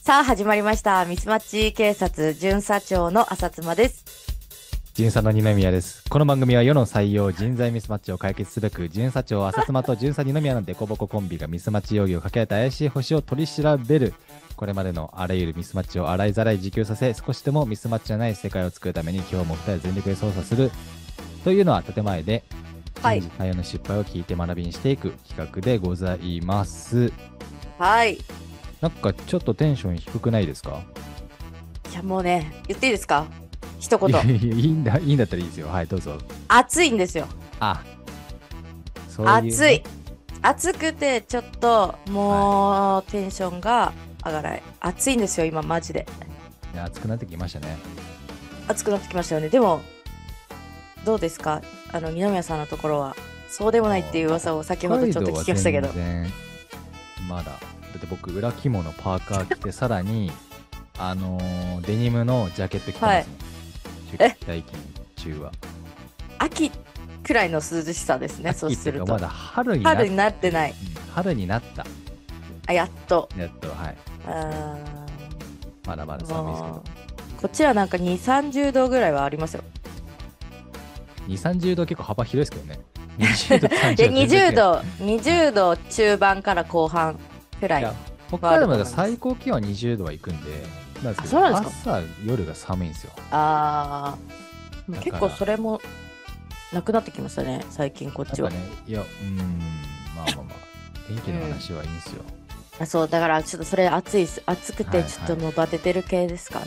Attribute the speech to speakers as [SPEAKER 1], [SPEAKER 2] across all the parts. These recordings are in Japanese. [SPEAKER 1] さあ始まりましたミスマッチ警察巡査長の浅妻です
[SPEAKER 2] 巡査の二宮です。この番組は世の採用人材ミスマッチを解決すべく、巡査長浅妻と巡査二宮のデコボココンビがミスマッチ容疑をかけ合えた怪しい星を取り調べる。これまでのあらゆるミスマッチを洗いざらい自給させ、少しでもミスマッチじゃない世界を作るために今日も二人全力で操作する。というのは建前で、
[SPEAKER 1] はい
[SPEAKER 2] 人事対応の失敗を聞いて学びにしていく企画でございます。
[SPEAKER 1] はいい
[SPEAKER 2] なんかちょっとテンション低くないですか
[SPEAKER 1] やもうね言っていいですか一
[SPEAKER 2] い
[SPEAKER 1] 言
[SPEAKER 2] や いやいいんだ、いいんだったらいいですよ。はい、どうぞ。
[SPEAKER 1] 暑いんですよ
[SPEAKER 2] あ、そううね
[SPEAKER 1] 暑い暑くてちょっともうテンションが上がらない暑いんですよ今マジで
[SPEAKER 2] いや暑くなってきましたね。
[SPEAKER 1] 暑くなってきましたよねでもどうですかあの二宮さんのところはそうでもないっていう噂を先ほどちょっと聞きましたけど
[SPEAKER 2] 北海道は全然まだ。だって僕、裏着物パーカー着て、さらに、あのーデニムのジャケット着てますね。
[SPEAKER 1] はい
[SPEAKER 2] 出勤中は。
[SPEAKER 1] 秋くらいの涼しさですねそう
[SPEAKER 2] 秋って
[SPEAKER 1] す
[SPEAKER 2] いう
[SPEAKER 1] る
[SPEAKER 2] か
[SPEAKER 1] と
[SPEAKER 2] まだ春になっ
[SPEAKER 1] 春になってない
[SPEAKER 2] うん春になった。
[SPEAKER 1] あやっと
[SPEAKER 2] やっと、はい。
[SPEAKER 1] あ
[SPEAKER 2] まだまだ
[SPEAKER 1] ー
[SPEAKER 2] 寒いですけ
[SPEAKER 1] もうこっちはなんか2 3 0度ぐらいはあります よ
[SPEAKER 2] ど。2、30度結構幅広いですけど ね。20度、30
[SPEAKER 1] で
[SPEAKER 2] 度。
[SPEAKER 1] 20。度20度中盤から後半くら
[SPEAKER 2] い
[SPEAKER 1] い
[SPEAKER 2] や、北海道まで最高気温は20度はいくんで、なんですけど
[SPEAKER 1] あそうなんです
[SPEAKER 2] 朝、夜が寒いんですよ。
[SPEAKER 1] あー
[SPEAKER 2] だから
[SPEAKER 1] 結構それもなくなってきましたね最近こっち
[SPEAKER 2] や
[SPEAKER 1] は、
[SPEAKER 2] っぱね、いや、うーん、まあまあまあ、天気の話はいいんですよ。
[SPEAKER 1] あそうだからちょっとそれ暑いっす暑く
[SPEAKER 2] はい
[SPEAKER 1] て
[SPEAKER 2] はい
[SPEAKER 1] ちょっともうバテてる系ですかね、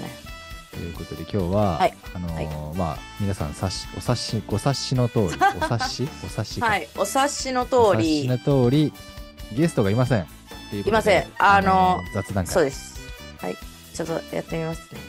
[SPEAKER 2] ということで、今日は、
[SPEAKER 1] はい
[SPEAKER 2] あのーまあ、皆さん、察し、お察し、ご察しの通 り、お察し、お察しか。
[SPEAKER 1] はい、お察しの
[SPEAKER 2] お
[SPEAKER 1] 通
[SPEAKER 2] 察し
[SPEAKER 1] り
[SPEAKER 2] の通り、ゲストがいません。ってうことで
[SPEAKER 1] いませんあのー
[SPEAKER 2] ー雑談
[SPEAKER 1] そう
[SPEAKER 2] 会。
[SPEAKER 1] ですはいちょっとやってみますね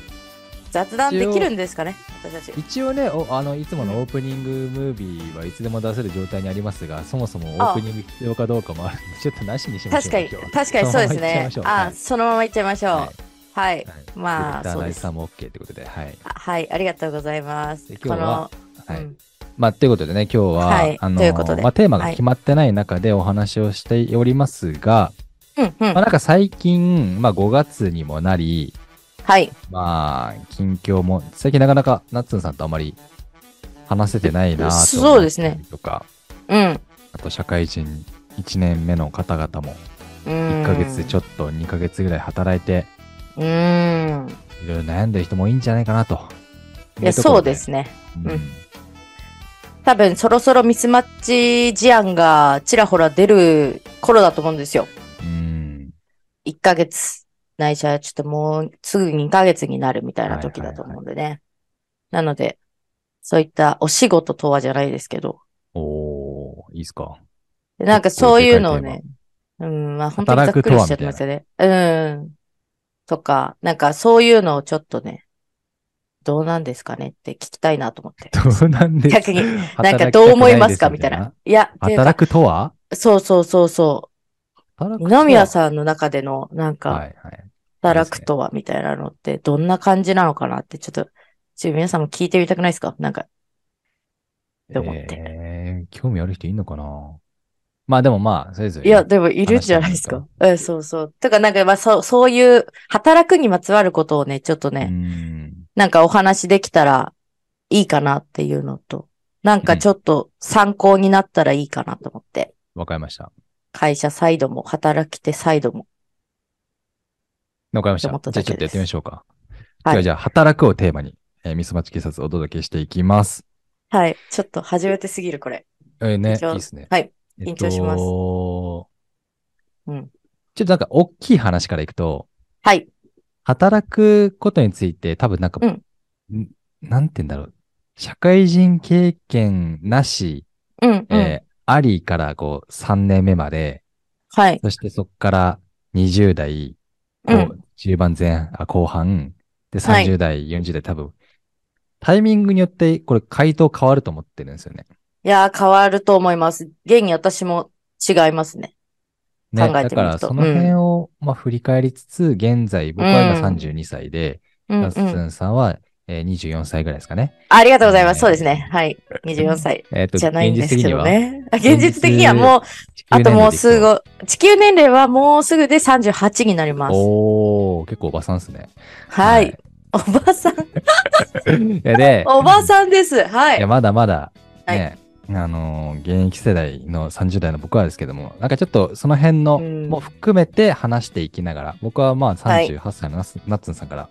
[SPEAKER 1] 雑談できるんですかね私たち
[SPEAKER 2] 一応ねおあのいつものオープニングムービーはいつでも出せる状態にありますがそもそもオープニング必要かどうかもあるんでちょっとなしにしましょ
[SPEAKER 1] 確かに
[SPEAKER 2] う今日は
[SPEAKER 1] 確かにそうです ね
[SPEAKER 2] そのまま行っちゃいましょう
[SPEAKER 1] あ、
[SPEAKER 2] はい
[SPEAKER 1] そのままいっちゃいましょうは
[SPEAKER 2] はい
[SPEAKER 1] い、
[SPEAKER 2] はい
[SPEAKER 1] まあ
[SPEAKER 2] ディレクター
[SPEAKER 1] そう
[SPEAKER 2] ナ
[SPEAKER 1] で
[SPEAKER 2] イ
[SPEAKER 1] す
[SPEAKER 2] スさんも OK ということではい、
[SPEAKER 1] あはいありがとうございます
[SPEAKER 2] で今日は
[SPEAKER 1] この、
[SPEAKER 2] はい
[SPEAKER 1] うん
[SPEAKER 2] まあ、ということでね、今日は、
[SPEAKER 1] はい
[SPEAKER 2] あの
[SPEAKER 1] ということで
[SPEAKER 2] まあ、テーマが決まってない中でお話をしておりますが、
[SPEAKER 1] うんうん
[SPEAKER 2] まあ、なんか最近、まあ、5月にもなり、
[SPEAKER 1] はい
[SPEAKER 2] まあ、近況も、最近なかなか、ナッツンさんとあまり話せてないなと。
[SPEAKER 1] そうですね。
[SPEAKER 2] とか、
[SPEAKER 1] うん
[SPEAKER 2] あと社会人1年目の方々も、
[SPEAKER 1] 1
[SPEAKER 2] 1ヶ月ちょ
[SPEAKER 1] っ
[SPEAKER 2] っと2ヶ月ぐらい働いて、
[SPEAKER 1] とうーん
[SPEAKER 2] いろいろ悩んでる人もいいんじゃないかなと。
[SPEAKER 1] いやそうで
[SPEAKER 2] ね。
[SPEAKER 1] すね
[SPEAKER 2] うん
[SPEAKER 1] うん多分そろそろミスマッチ事案がちらほら出る頃だと思うんですよ。
[SPEAKER 2] うん。
[SPEAKER 1] 1ヶ月。ないしはちょっともうすぐ2ヶ月になるみたいな時だと思うんでね。なので、そういったお仕事とはじゃないですけど、
[SPEAKER 2] おー、いいっすか。
[SPEAKER 1] でなんかそういうのをね、うん、まあ本当にざっくりしちゃってますよね。うん。とか、なんかそういうのをちょっとね、どうなんですかねって聞きたいなと思って。
[SPEAKER 2] どうなんで
[SPEAKER 1] 逆に、なんかどう思いますかみたいな。。いや、っていうか
[SPEAKER 2] 働くとは
[SPEAKER 1] そうそうそうそう。
[SPEAKER 2] 働くとは
[SPEAKER 1] 二宮さんの中での、なん
[SPEAKER 2] は
[SPEAKER 1] か、
[SPEAKER 2] いはい。
[SPEAKER 1] 働くとはみたいなのって、どんな感じなのかなって、ちょっと、ちょっと皆さんも聞いてみたくないですかなんか、って思って
[SPEAKER 2] えー、興味ある人いんのかなまあでもまあ、それぞれ。
[SPEAKER 1] いや、、でもいるじゃないです
[SPEAKER 2] 話
[SPEAKER 1] か
[SPEAKER 2] し。
[SPEAKER 1] うん、そうそう。とか、なんか、まあ、そう、そういう、働くにまつわることをね、ちょっと
[SPEAKER 2] う
[SPEAKER 1] ね、
[SPEAKER 2] ん。
[SPEAKER 1] なんかお話できたらいいかなっていうのと、なんかちょっと参考になったらいいかなと思って、
[SPEAKER 2] わかりました。
[SPEAKER 1] 会社サイドも、働き手サイドも。
[SPEAKER 2] わかりまし
[SPEAKER 1] と
[SPEAKER 2] た。じ
[SPEAKER 1] 思
[SPEAKER 2] ゃ
[SPEAKER 1] った
[SPEAKER 2] あ
[SPEAKER 1] だけ
[SPEAKER 2] ちょっとやってみましょうか。
[SPEAKER 1] はい
[SPEAKER 2] 今日はじゃあ、働くをテーマに、えーミスマッチ警察をお届けしていきます。
[SPEAKER 1] はい。ちょっと初めてすぎる、これ。
[SPEAKER 2] えー、ね、い
[SPEAKER 1] 緊張
[SPEAKER 2] いですね。
[SPEAKER 1] はい。
[SPEAKER 2] えっと
[SPEAKER 1] 緊張しますうん
[SPEAKER 2] ちょっとなんか、大きい話からいくと、
[SPEAKER 1] はい。
[SPEAKER 2] 働くことについて多分なんか、
[SPEAKER 1] うん
[SPEAKER 2] んなんて言うんだろう。社会人経験なし、
[SPEAKER 1] うん、うん。
[SPEAKER 2] えーありからこう3年目まで、
[SPEAKER 1] はい。
[SPEAKER 2] そしてそこから20代、こ
[SPEAKER 1] う。
[SPEAKER 2] うん中盤前、あ後半、で
[SPEAKER 1] はい
[SPEAKER 2] 30代、40代多分、タイミングによってこれ回答変わると思ってるんですよね。
[SPEAKER 1] いやー、変わると思います。現に私も違いますね。
[SPEAKER 2] ね
[SPEAKER 1] 考えてみると
[SPEAKER 2] だからその辺を、まあ振り返りつつ、現在僕は今32歳で、
[SPEAKER 1] うん、う
[SPEAKER 2] ダッス
[SPEAKER 1] ん。
[SPEAKER 2] ンさんはえー、24歳ぐらいですかね。
[SPEAKER 1] ありがとうございます。そうですね。はい。24歳。
[SPEAKER 2] えっ、と、
[SPEAKER 1] じゃないんですけど
[SPEAKER 2] 現実的には。
[SPEAKER 1] ね。あ現実的にはもう、あともうす
[SPEAKER 2] い。
[SPEAKER 1] ぐ、地球年齢はもうすぐで38になります。
[SPEAKER 2] おー、結構おばさんですね。
[SPEAKER 1] は。
[SPEAKER 2] はい
[SPEAKER 1] おばさん、
[SPEAKER 2] で、で
[SPEAKER 1] おばさんです。はいい
[SPEAKER 2] や。まだまだ、
[SPEAKER 1] はい
[SPEAKER 2] ね、あのー現役世代の30代の僕はですけども、なんかちょっとその辺の、
[SPEAKER 1] うん
[SPEAKER 2] も含めて話していきながら、僕はまあ
[SPEAKER 1] はい
[SPEAKER 2] 38歳のナスナッツンさんから、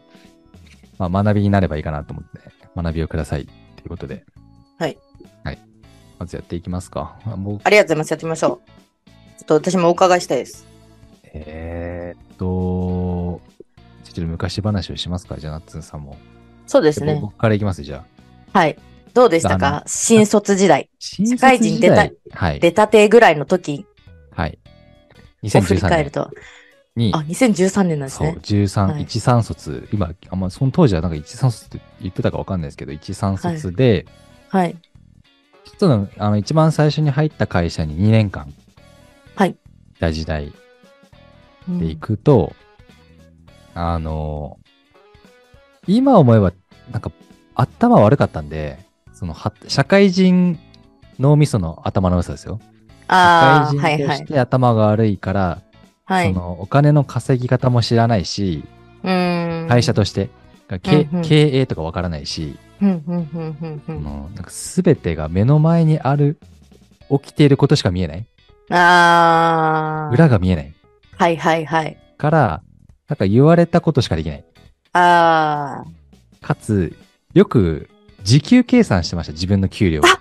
[SPEAKER 2] まあ、学びになればいいかなと思って、学びをくださいということで。
[SPEAKER 1] はい。
[SPEAKER 2] はい。まずやっていきますか。あ僕
[SPEAKER 1] ありがとうございます。やってみましょう。ちょっと私もお伺いしたいです。
[SPEAKER 2] えーっと、ちょっと昔話をしますか、じゃあ、ナッツンさんも。
[SPEAKER 1] そうですね。
[SPEAKER 2] 僕からいきます、じゃあ。
[SPEAKER 1] はい。どうでした
[SPEAKER 2] だ
[SPEAKER 1] か新卒時代。
[SPEAKER 2] 社
[SPEAKER 1] 会人出た
[SPEAKER 2] はい。
[SPEAKER 1] 出たてぐらいの時
[SPEAKER 2] はい。
[SPEAKER 1] を振り
[SPEAKER 2] 2013
[SPEAKER 1] 返
[SPEAKER 2] 年
[SPEAKER 1] ると。
[SPEAKER 2] に
[SPEAKER 1] あ、、2013年なんです
[SPEAKER 2] そう、
[SPEAKER 1] ね。
[SPEAKER 2] 13、
[SPEAKER 1] はい
[SPEAKER 2] 13卒、今、あんま、その当時はなんか13卒って言ってたかわかんないですけど、13卒で、
[SPEAKER 1] はい。
[SPEAKER 2] ちょっとのあの、一番最初に入った会社に2年間、
[SPEAKER 1] はい
[SPEAKER 2] た時代
[SPEAKER 1] うん
[SPEAKER 2] で行くと、あの、今思えば、なんか、頭悪かったんで、その、は社会人脳みその頭の良さですよ。
[SPEAKER 1] ああ、
[SPEAKER 2] 社
[SPEAKER 1] は
[SPEAKER 2] 会
[SPEAKER 1] い
[SPEAKER 2] 人と
[SPEAKER 1] は
[SPEAKER 2] し
[SPEAKER 1] い。
[SPEAKER 2] て頭が悪いから、
[SPEAKER 1] はい。
[SPEAKER 2] その、お金の稼ぎ方も知らないし、
[SPEAKER 1] うーん。
[SPEAKER 2] 会社として、がけ
[SPEAKER 1] うんうん
[SPEAKER 2] 経営とかわからないし、
[SPEAKER 1] うんうんうんうんう
[SPEAKER 2] あ
[SPEAKER 1] ん
[SPEAKER 2] のなんか全てが目の前にある起きていることしか見えない
[SPEAKER 1] ああ。
[SPEAKER 2] 裏が見えない
[SPEAKER 1] はいはいはい。
[SPEAKER 2] からなんか言われたことしかできない
[SPEAKER 1] あ
[SPEAKER 2] かつよく時給計算してました自分の給料を
[SPEAKER 1] あ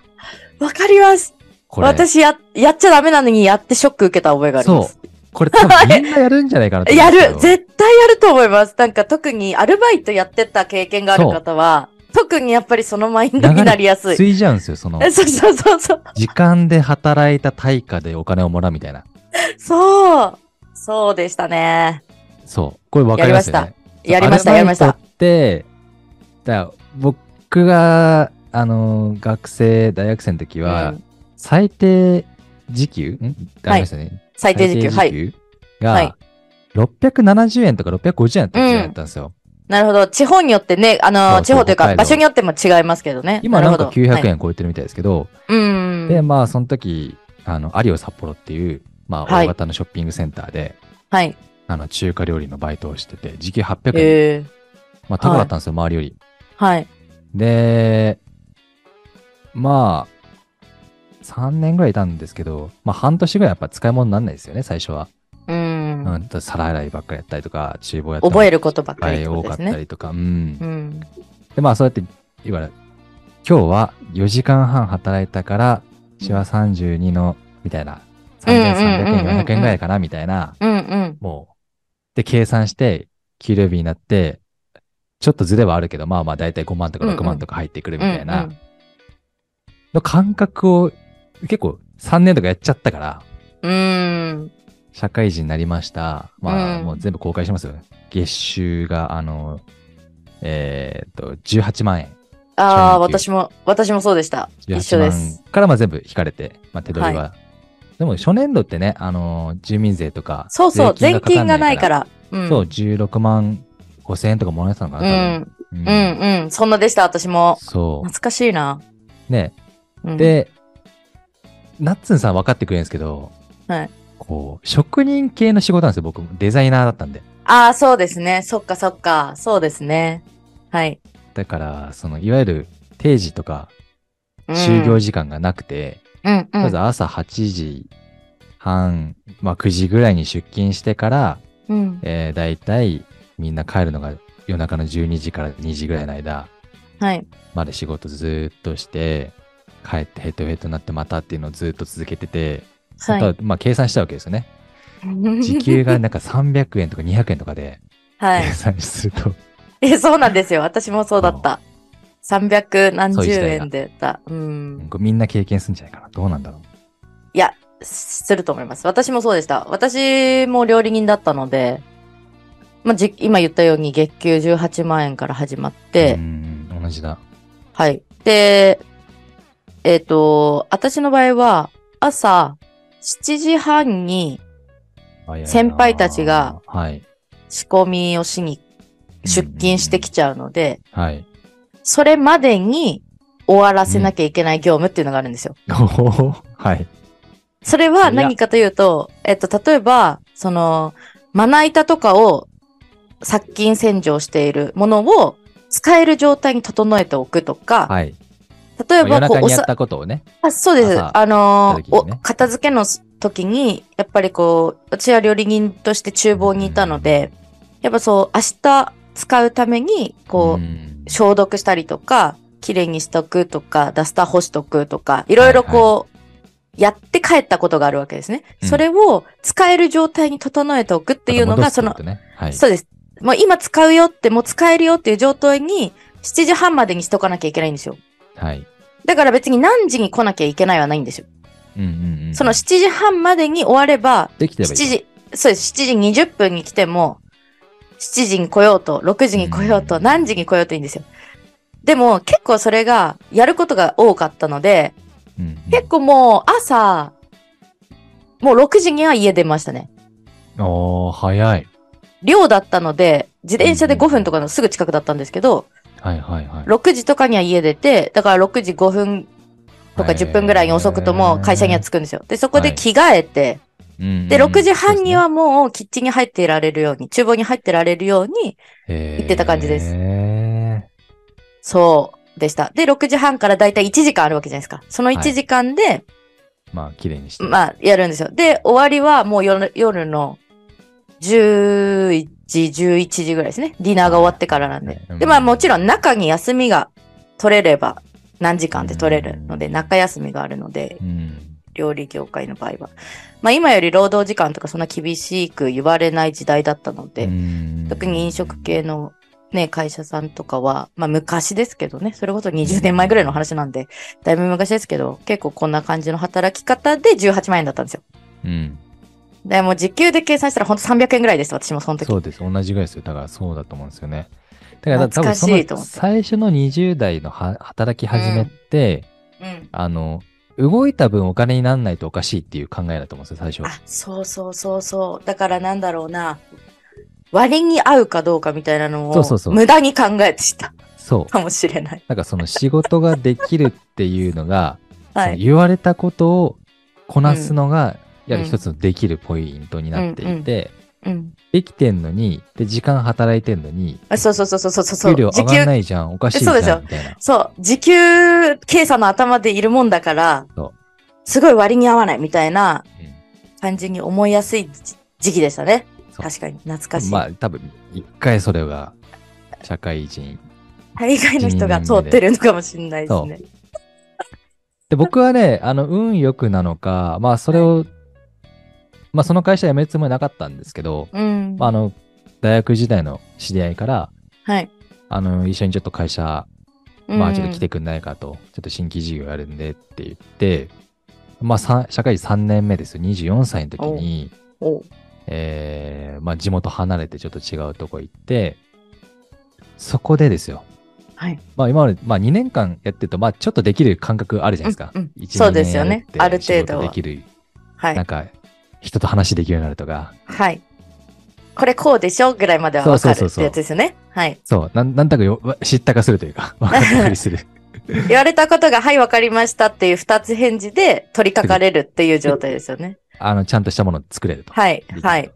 [SPEAKER 1] あ。わかります。
[SPEAKER 2] これ
[SPEAKER 1] 私や、やっちゃダメなのにやってショック受けた覚えがありま
[SPEAKER 2] そ
[SPEAKER 1] す。
[SPEAKER 2] うこれ多分みんなやるんじゃないかなと思
[SPEAKER 1] や
[SPEAKER 2] うんですけ
[SPEAKER 1] る
[SPEAKER 2] ど
[SPEAKER 1] 絶対やると思います。なんか特にアルバイトやってた経験がある方は、特にやっぱりそのマインドになりやすい。
[SPEAKER 2] ついじゃうんですよその
[SPEAKER 1] えそうそうそうそう。
[SPEAKER 2] 時間で働いた対価でお金をもらうみたいな
[SPEAKER 1] そう。そうでしたね。
[SPEAKER 2] そうこれ分かりますよ
[SPEAKER 1] やりました
[SPEAKER 2] ね
[SPEAKER 1] やりました、
[SPEAKER 2] ア
[SPEAKER 1] やりました。
[SPEAKER 2] ルバイトって、だから僕が、あのー、学生、大学生の時は、
[SPEAKER 1] うん
[SPEAKER 2] 最低時給んありましたね。
[SPEAKER 1] 最低時給。はい。
[SPEAKER 2] が、
[SPEAKER 1] はい
[SPEAKER 2] 670円とか650円だった時代だったんですよ。
[SPEAKER 1] なるほど。地方によってね、あ
[SPEAKER 2] そう
[SPEAKER 1] の
[SPEAKER 2] そ
[SPEAKER 1] ー、
[SPEAKER 2] う
[SPEAKER 1] 地方という
[SPEAKER 2] 北海
[SPEAKER 1] か、場
[SPEAKER 2] 道
[SPEAKER 1] 所によっても違いますけどね。
[SPEAKER 2] 今なん
[SPEAKER 1] る
[SPEAKER 2] か
[SPEAKER 1] ほど
[SPEAKER 2] 900。円超えてるみたいですけど、
[SPEAKER 1] はいうん。
[SPEAKER 2] で、まあ、その時、あの、アリオ札幌っていう、まあ、
[SPEAKER 1] はい
[SPEAKER 2] 大型のショッピングセンターで、
[SPEAKER 1] はい。
[SPEAKER 2] あの、中華料理のバイトをしてて、時給800円。
[SPEAKER 1] えー、
[SPEAKER 2] まあ、高かったんですよ、周りより。
[SPEAKER 1] はい。
[SPEAKER 2] で、まあ、3年ぐらいいたんですけど、まあ半年ぐらいやっぱ使い物にならないですよね、最初は。
[SPEAKER 1] う
[SPEAKER 2] うんん、。だから皿洗いばっかりやったりとか、厨房やったり
[SPEAKER 1] 覚えることばっかりっ
[SPEAKER 2] が
[SPEAKER 1] て
[SPEAKER 2] 多
[SPEAKER 1] こと
[SPEAKER 2] か
[SPEAKER 1] で
[SPEAKER 2] っ
[SPEAKER 1] す
[SPEAKER 2] た
[SPEAKER 1] ね。
[SPEAKER 2] りとか、うん
[SPEAKER 1] う。ん。
[SPEAKER 2] で、まあそうやって、いわゆる、今日は4時間半働いたから、しわ32の、みたいな、3300
[SPEAKER 1] うんうんうんうんうん
[SPEAKER 2] 円、400円ぐらいかな、みたいな、
[SPEAKER 1] うんうん。
[SPEAKER 2] もう、で、計算して、給料日になって、ちょっとずれはあるけど、まあまあ、だいたい5万とか6万とか入ってくるみたいな、
[SPEAKER 1] うん
[SPEAKER 2] の感覚を結構3年とかやっちゃったから、
[SPEAKER 1] うん。うん。
[SPEAKER 2] 社会人になりました。まあ、
[SPEAKER 1] うん
[SPEAKER 2] もう全部公開しますよ。月収が、あの、えーっと、18万円。
[SPEAKER 1] ああ、
[SPEAKER 2] 初任給
[SPEAKER 1] 私も、私もそうでした。一緒
[SPEAKER 2] 18
[SPEAKER 1] で
[SPEAKER 2] 万
[SPEAKER 1] す。
[SPEAKER 2] からまあ全部引かれて、まあ手取りは。でも初年度ってね、あの、住民税とか、。
[SPEAKER 1] そうそう、税金がないからら。うん。
[SPEAKER 2] そう、16万5千円とかもらえてたのか
[SPEAKER 1] う
[SPEAKER 2] な、
[SPEAKER 1] ん。
[SPEAKER 2] 多分
[SPEAKER 1] う。んうん。そんなでした、私も。
[SPEAKER 2] そ
[SPEAKER 1] 懐かしいな。
[SPEAKER 2] う。ね、
[SPEAKER 1] うん、
[SPEAKER 2] で、ナッツンさん分かってくれるんですけど、
[SPEAKER 1] はい
[SPEAKER 2] こう、職人系の仕事なんですよ、僕も。デザイナーだったんで。
[SPEAKER 1] ああ、そうですね。そっかそっか。そうですね。はい。
[SPEAKER 2] だから、その、いわゆる定時とか、
[SPEAKER 1] うん
[SPEAKER 2] 就業時間がなくて、
[SPEAKER 1] うんう
[SPEAKER 2] ま
[SPEAKER 1] ん
[SPEAKER 2] ず朝8時半、まあ9時ぐらいに出勤してから、
[SPEAKER 1] うん。
[SPEAKER 2] えー、大体みんな帰るのが夜中の12時から2時ぐらいの間
[SPEAKER 1] はい。
[SPEAKER 2] まで仕事ずーっとして、帰ってヘトヘトになってまたっていうのをずーっと続けてて、
[SPEAKER 1] は
[SPEAKER 2] あ
[SPEAKER 1] い。
[SPEAKER 2] とはまあ計算したわけですよね。時給がなんか300円とか200円とかで
[SPEAKER 1] は
[SPEAKER 2] 計
[SPEAKER 1] い。
[SPEAKER 2] 算すると、
[SPEAKER 1] え、そうなんですよ。私もそうだった。300何
[SPEAKER 2] そう
[SPEAKER 1] 十
[SPEAKER 2] いう時代だ
[SPEAKER 1] 円でた。うん。
[SPEAKER 2] こうみんな経験するんじゃないかな。どうなんだろう。
[SPEAKER 1] いや、すると思います。私もそうでした。私も料理人だったので、まあ、じ今言ったように月給18万円から始まって、
[SPEAKER 2] うん、同じだ。
[SPEAKER 1] はい。で、えっ、と、私の場合は、朝7時半に
[SPEAKER 2] 早いな
[SPEAKER 1] 先輩たちが、
[SPEAKER 2] はい。
[SPEAKER 1] 仕込みをしに出勤してきちゃうので、
[SPEAKER 2] はい。
[SPEAKER 1] それまでに終わらせなきゃいけない業務っていうのがあるんですよ。
[SPEAKER 2] おーはい。
[SPEAKER 1] それは何かというと、えっと、例えば、その、まな板とかを殺菌洗浄しているものを使える状態に整えておくとか、
[SPEAKER 2] はい。
[SPEAKER 1] 例え
[SPEAKER 2] まあ夜
[SPEAKER 1] ばこ
[SPEAKER 2] 中
[SPEAKER 1] う、お
[SPEAKER 2] にやっ
[SPEAKER 1] さ、
[SPEAKER 2] たことをね。
[SPEAKER 1] あそうです。
[SPEAKER 2] 朝
[SPEAKER 1] あのー
[SPEAKER 2] 行った時にね
[SPEAKER 1] お片付けの時に、やっぱりこう、私は料理人として厨房にいたので、やっぱそう、明日使うために、こう、
[SPEAKER 2] ん
[SPEAKER 1] 消毒したりとか、綺麗にしとくとか、ダスター干しとくとか、いろいろこう、やって帰ったことがあるわけですね。
[SPEAKER 2] うん
[SPEAKER 1] それを使える状態に整えておくっていうのが、その
[SPEAKER 2] 戻す、ってねはい。
[SPEAKER 1] そうです。もう今使うよって、もう使えるよっていう状態に、7時半までにしとかなきゃいけないんですよ。
[SPEAKER 2] はい。
[SPEAKER 1] だから別に何時に来なきゃいけないはないんですよ。
[SPEAKER 2] うんうんうん。
[SPEAKER 1] その7時半までに終われば、
[SPEAKER 2] できてれば
[SPEAKER 1] 7
[SPEAKER 2] いい
[SPEAKER 1] 時、そうです、7時20分に来ても、7時に来ようと、6時に来ようと、
[SPEAKER 2] うん
[SPEAKER 1] 何時に来ようといいんですよ。でも結構それがやることが多かったので、
[SPEAKER 2] うんうん
[SPEAKER 1] 結構もう朝、もう6時には家出ましたね。
[SPEAKER 2] おー、早い。
[SPEAKER 1] 寮だったので、自転車で
[SPEAKER 2] うんうん
[SPEAKER 1] 5分とかのすぐ近くだったんですけど、
[SPEAKER 2] はいはいはい。
[SPEAKER 1] 6時とかには家出て、だから6時5分とか
[SPEAKER 2] へー
[SPEAKER 1] 10分ぐらいに遅くとも会社には着くんですよ。で、そこで着替えて、で、
[SPEAKER 2] で
[SPEAKER 1] 6時半にはもうキッチンに入っていられるように、厨房に入ってられるように、
[SPEAKER 2] 行
[SPEAKER 1] ってた感じです
[SPEAKER 2] へ
[SPEAKER 1] そうでした。で、6時半からだいたい1時間あるわけじゃないですか。その
[SPEAKER 2] い
[SPEAKER 1] 1時間で、
[SPEAKER 2] ーまあ、綺麗にして。
[SPEAKER 1] まあ、やるんですよ。で、終わりはもう夜夜の11時、11時ぐらいですね。ディナーが終わってからなんで。
[SPEAKER 2] はい
[SPEAKER 1] で、まあ、もちろん中に休みが取れれば、何時間で取れるので、
[SPEAKER 2] うん
[SPEAKER 1] 中休みがあるので、
[SPEAKER 2] うん。
[SPEAKER 1] 料理業界の場合は。まあ、今より労働時間とかそんな厳しく言われない時代だったので、
[SPEAKER 2] うん
[SPEAKER 1] 特に飲食系のね、会社さんとかは、まあ昔ですけどね、それこそ20年前ぐらいの話なんで、だいぶ昔ですけど、結構こんな感じの働き方で18万円だったんですよ。
[SPEAKER 2] うん。
[SPEAKER 1] で、もう時給で計算したらほんと300円ぐらいです、私もその時。
[SPEAKER 2] そうです。同じぐらいですよ。だからそうだと思うんですよね。だから
[SPEAKER 1] 懐
[SPEAKER 2] 多分
[SPEAKER 1] かし
[SPEAKER 2] そ
[SPEAKER 1] いと
[SPEAKER 2] の
[SPEAKER 1] 思って
[SPEAKER 2] 最初の20代のは働き始めって、
[SPEAKER 1] うん。
[SPEAKER 2] あの、動いた分お金にならないとおかしいっていう考えだと思うんですよ、最初。
[SPEAKER 1] あ、そうそうそうそう。だからなんだろうな、割に合うかどうかみたいなのを、
[SPEAKER 2] そうそうそう
[SPEAKER 1] 無駄に考えてした
[SPEAKER 2] そう。
[SPEAKER 1] かもしれない。
[SPEAKER 2] なんかその仕事ができるっていうのが、
[SPEAKER 1] は
[SPEAKER 2] その
[SPEAKER 1] い。
[SPEAKER 2] 言われたことをこなすのが、
[SPEAKER 1] ん
[SPEAKER 2] やはり一つのできるポイントになっていて、
[SPEAKER 1] うん。
[SPEAKER 2] できてんのに、で、時間働いてんのに、
[SPEAKER 1] あそうそうそうそうそうそう。
[SPEAKER 2] 給料上
[SPEAKER 1] 時
[SPEAKER 2] がら
[SPEAKER 1] 給
[SPEAKER 2] ないじゃん、おかしいじ
[SPEAKER 1] えそうです
[SPEAKER 2] ゃ
[SPEAKER 1] よ
[SPEAKER 2] ん、みたいな。
[SPEAKER 1] そう、時給計算の頭でいるもんだから
[SPEAKER 2] そう、
[SPEAKER 1] すごい割に合わないみたいな
[SPEAKER 2] うん
[SPEAKER 1] 感じに思いやすい時時期でしたね。
[SPEAKER 2] そう
[SPEAKER 1] 確かに、懐かしい。
[SPEAKER 2] まあ、多分、一回それが、社会人。
[SPEAKER 1] 海外の人が通ってるのかもしれないですね。
[SPEAKER 2] で、僕はね、あの、運良くなのか、まあ、それを、まあ、その会社辞めるつもりなかったんですけど、
[SPEAKER 1] うん。
[SPEAKER 2] まあ、あの、大学時代の知り合いから、
[SPEAKER 1] はい。
[SPEAKER 2] あの、一緒にちょっと会社、まあ、ちょっと来
[SPEAKER 1] て。
[SPEAKER 2] てくんないかと、ちょっと新規事業やるんでって言って、まあ、さん社会人3年目ですよ。24歳の時に、
[SPEAKER 1] お
[SPEAKER 2] えーまあ、地元離れてちょっと違うとこ行って、そこでですよ。
[SPEAKER 1] はい。
[SPEAKER 2] まあ、今まで、まあ、2年間やってると、まあ、ちょっとできる感覚あるじゃないですか。
[SPEAKER 1] うんうん
[SPEAKER 2] 一
[SPEAKER 1] そうですよね
[SPEAKER 2] 二年やって
[SPEAKER 1] ある程度は
[SPEAKER 2] 仕事できる、
[SPEAKER 1] は
[SPEAKER 2] なん
[SPEAKER 1] い。
[SPEAKER 2] か、人と話できるようになるとか、
[SPEAKER 1] はい。これこうでしょぐらいまではわかる
[SPEAKER 2] そうそうそう
[SPEAKER 1] っ
[SPEAKER 2] そ
[SPEAKER 1] て
[SPEAKER 2] う
[SPEAKER 1] やつですよね。はい。
[SPEAKER 2] そう、なんなんだかよわ知ったかするというか、 分かったふりする。
[SPEAKER 1] 言われたことが、はい、わかりましたっていう二つ返事で取り掛かれるっていう状態ですよ ね。
[SPEAKER 2] あの、ちゃんとしたものを作れると。
[SPEAKER 1] はい
[SPEAKER 2] できる。と
[SPEAKER 1] はい。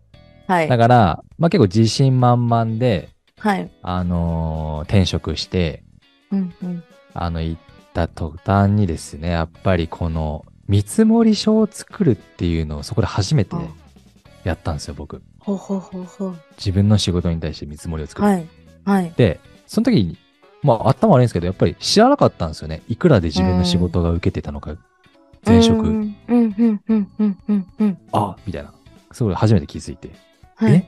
[SPEAKER 1] はい
[SPEAKER 2] だ。から、まあ、結構自信満々で、
[SPEAKER 1] はい。
[SPEAKER 2] あのー転職して、
[SPEAKER 1] うんうん。
[SPEAKER 2] あの、行った途端にですね、やっぱりこの、見積書を作るっていうのをそこで初めて
[SPEAKER 1] うん
[SPEAKER 2] やったんですよ、僕。
[SPEAKER 1] ほうほうほうほう。
[SPEAKER 2] 自分の仕事に対して見積もりを作る。
[SPEAKER 1] はい。はい。
[SPEAKER 2] で、その時に、まあ、頭悪いんですけど、やっぱり知らなかったんですよね。いくらで自分の仕事が受けてたのか、前職、
[SPEAKER 1] うんうんうんうんうんうんうん。
[SPEAKER 2] あみたいな。そこで初めて気づいて、
[SPEAKER 1] はい。
[SPEAKER 2] え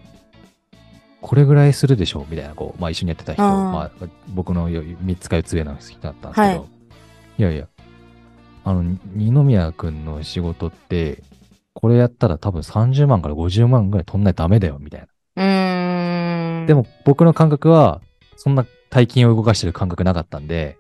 [SPEAKER 2] これぐらいするでしょうみたいな、こう、まあ、一緒にやってた人、
[SPEAKER 1] あー
[SPEAKER 2] まあ、僕の3つか4つ上の人だったんですけど、
[SPEAKER 1] はい
[SPEAKER 2] い、やいや、あの、に二宮くんの仕事って、これやったら多分30万から50万ぐらい取んないとダメだよ、みたいな。
[SPEAKER 1] うーん。
[SPEAKER 2] でも、僕の感覚は、そんな大金を動かしてる感覚なかったんで、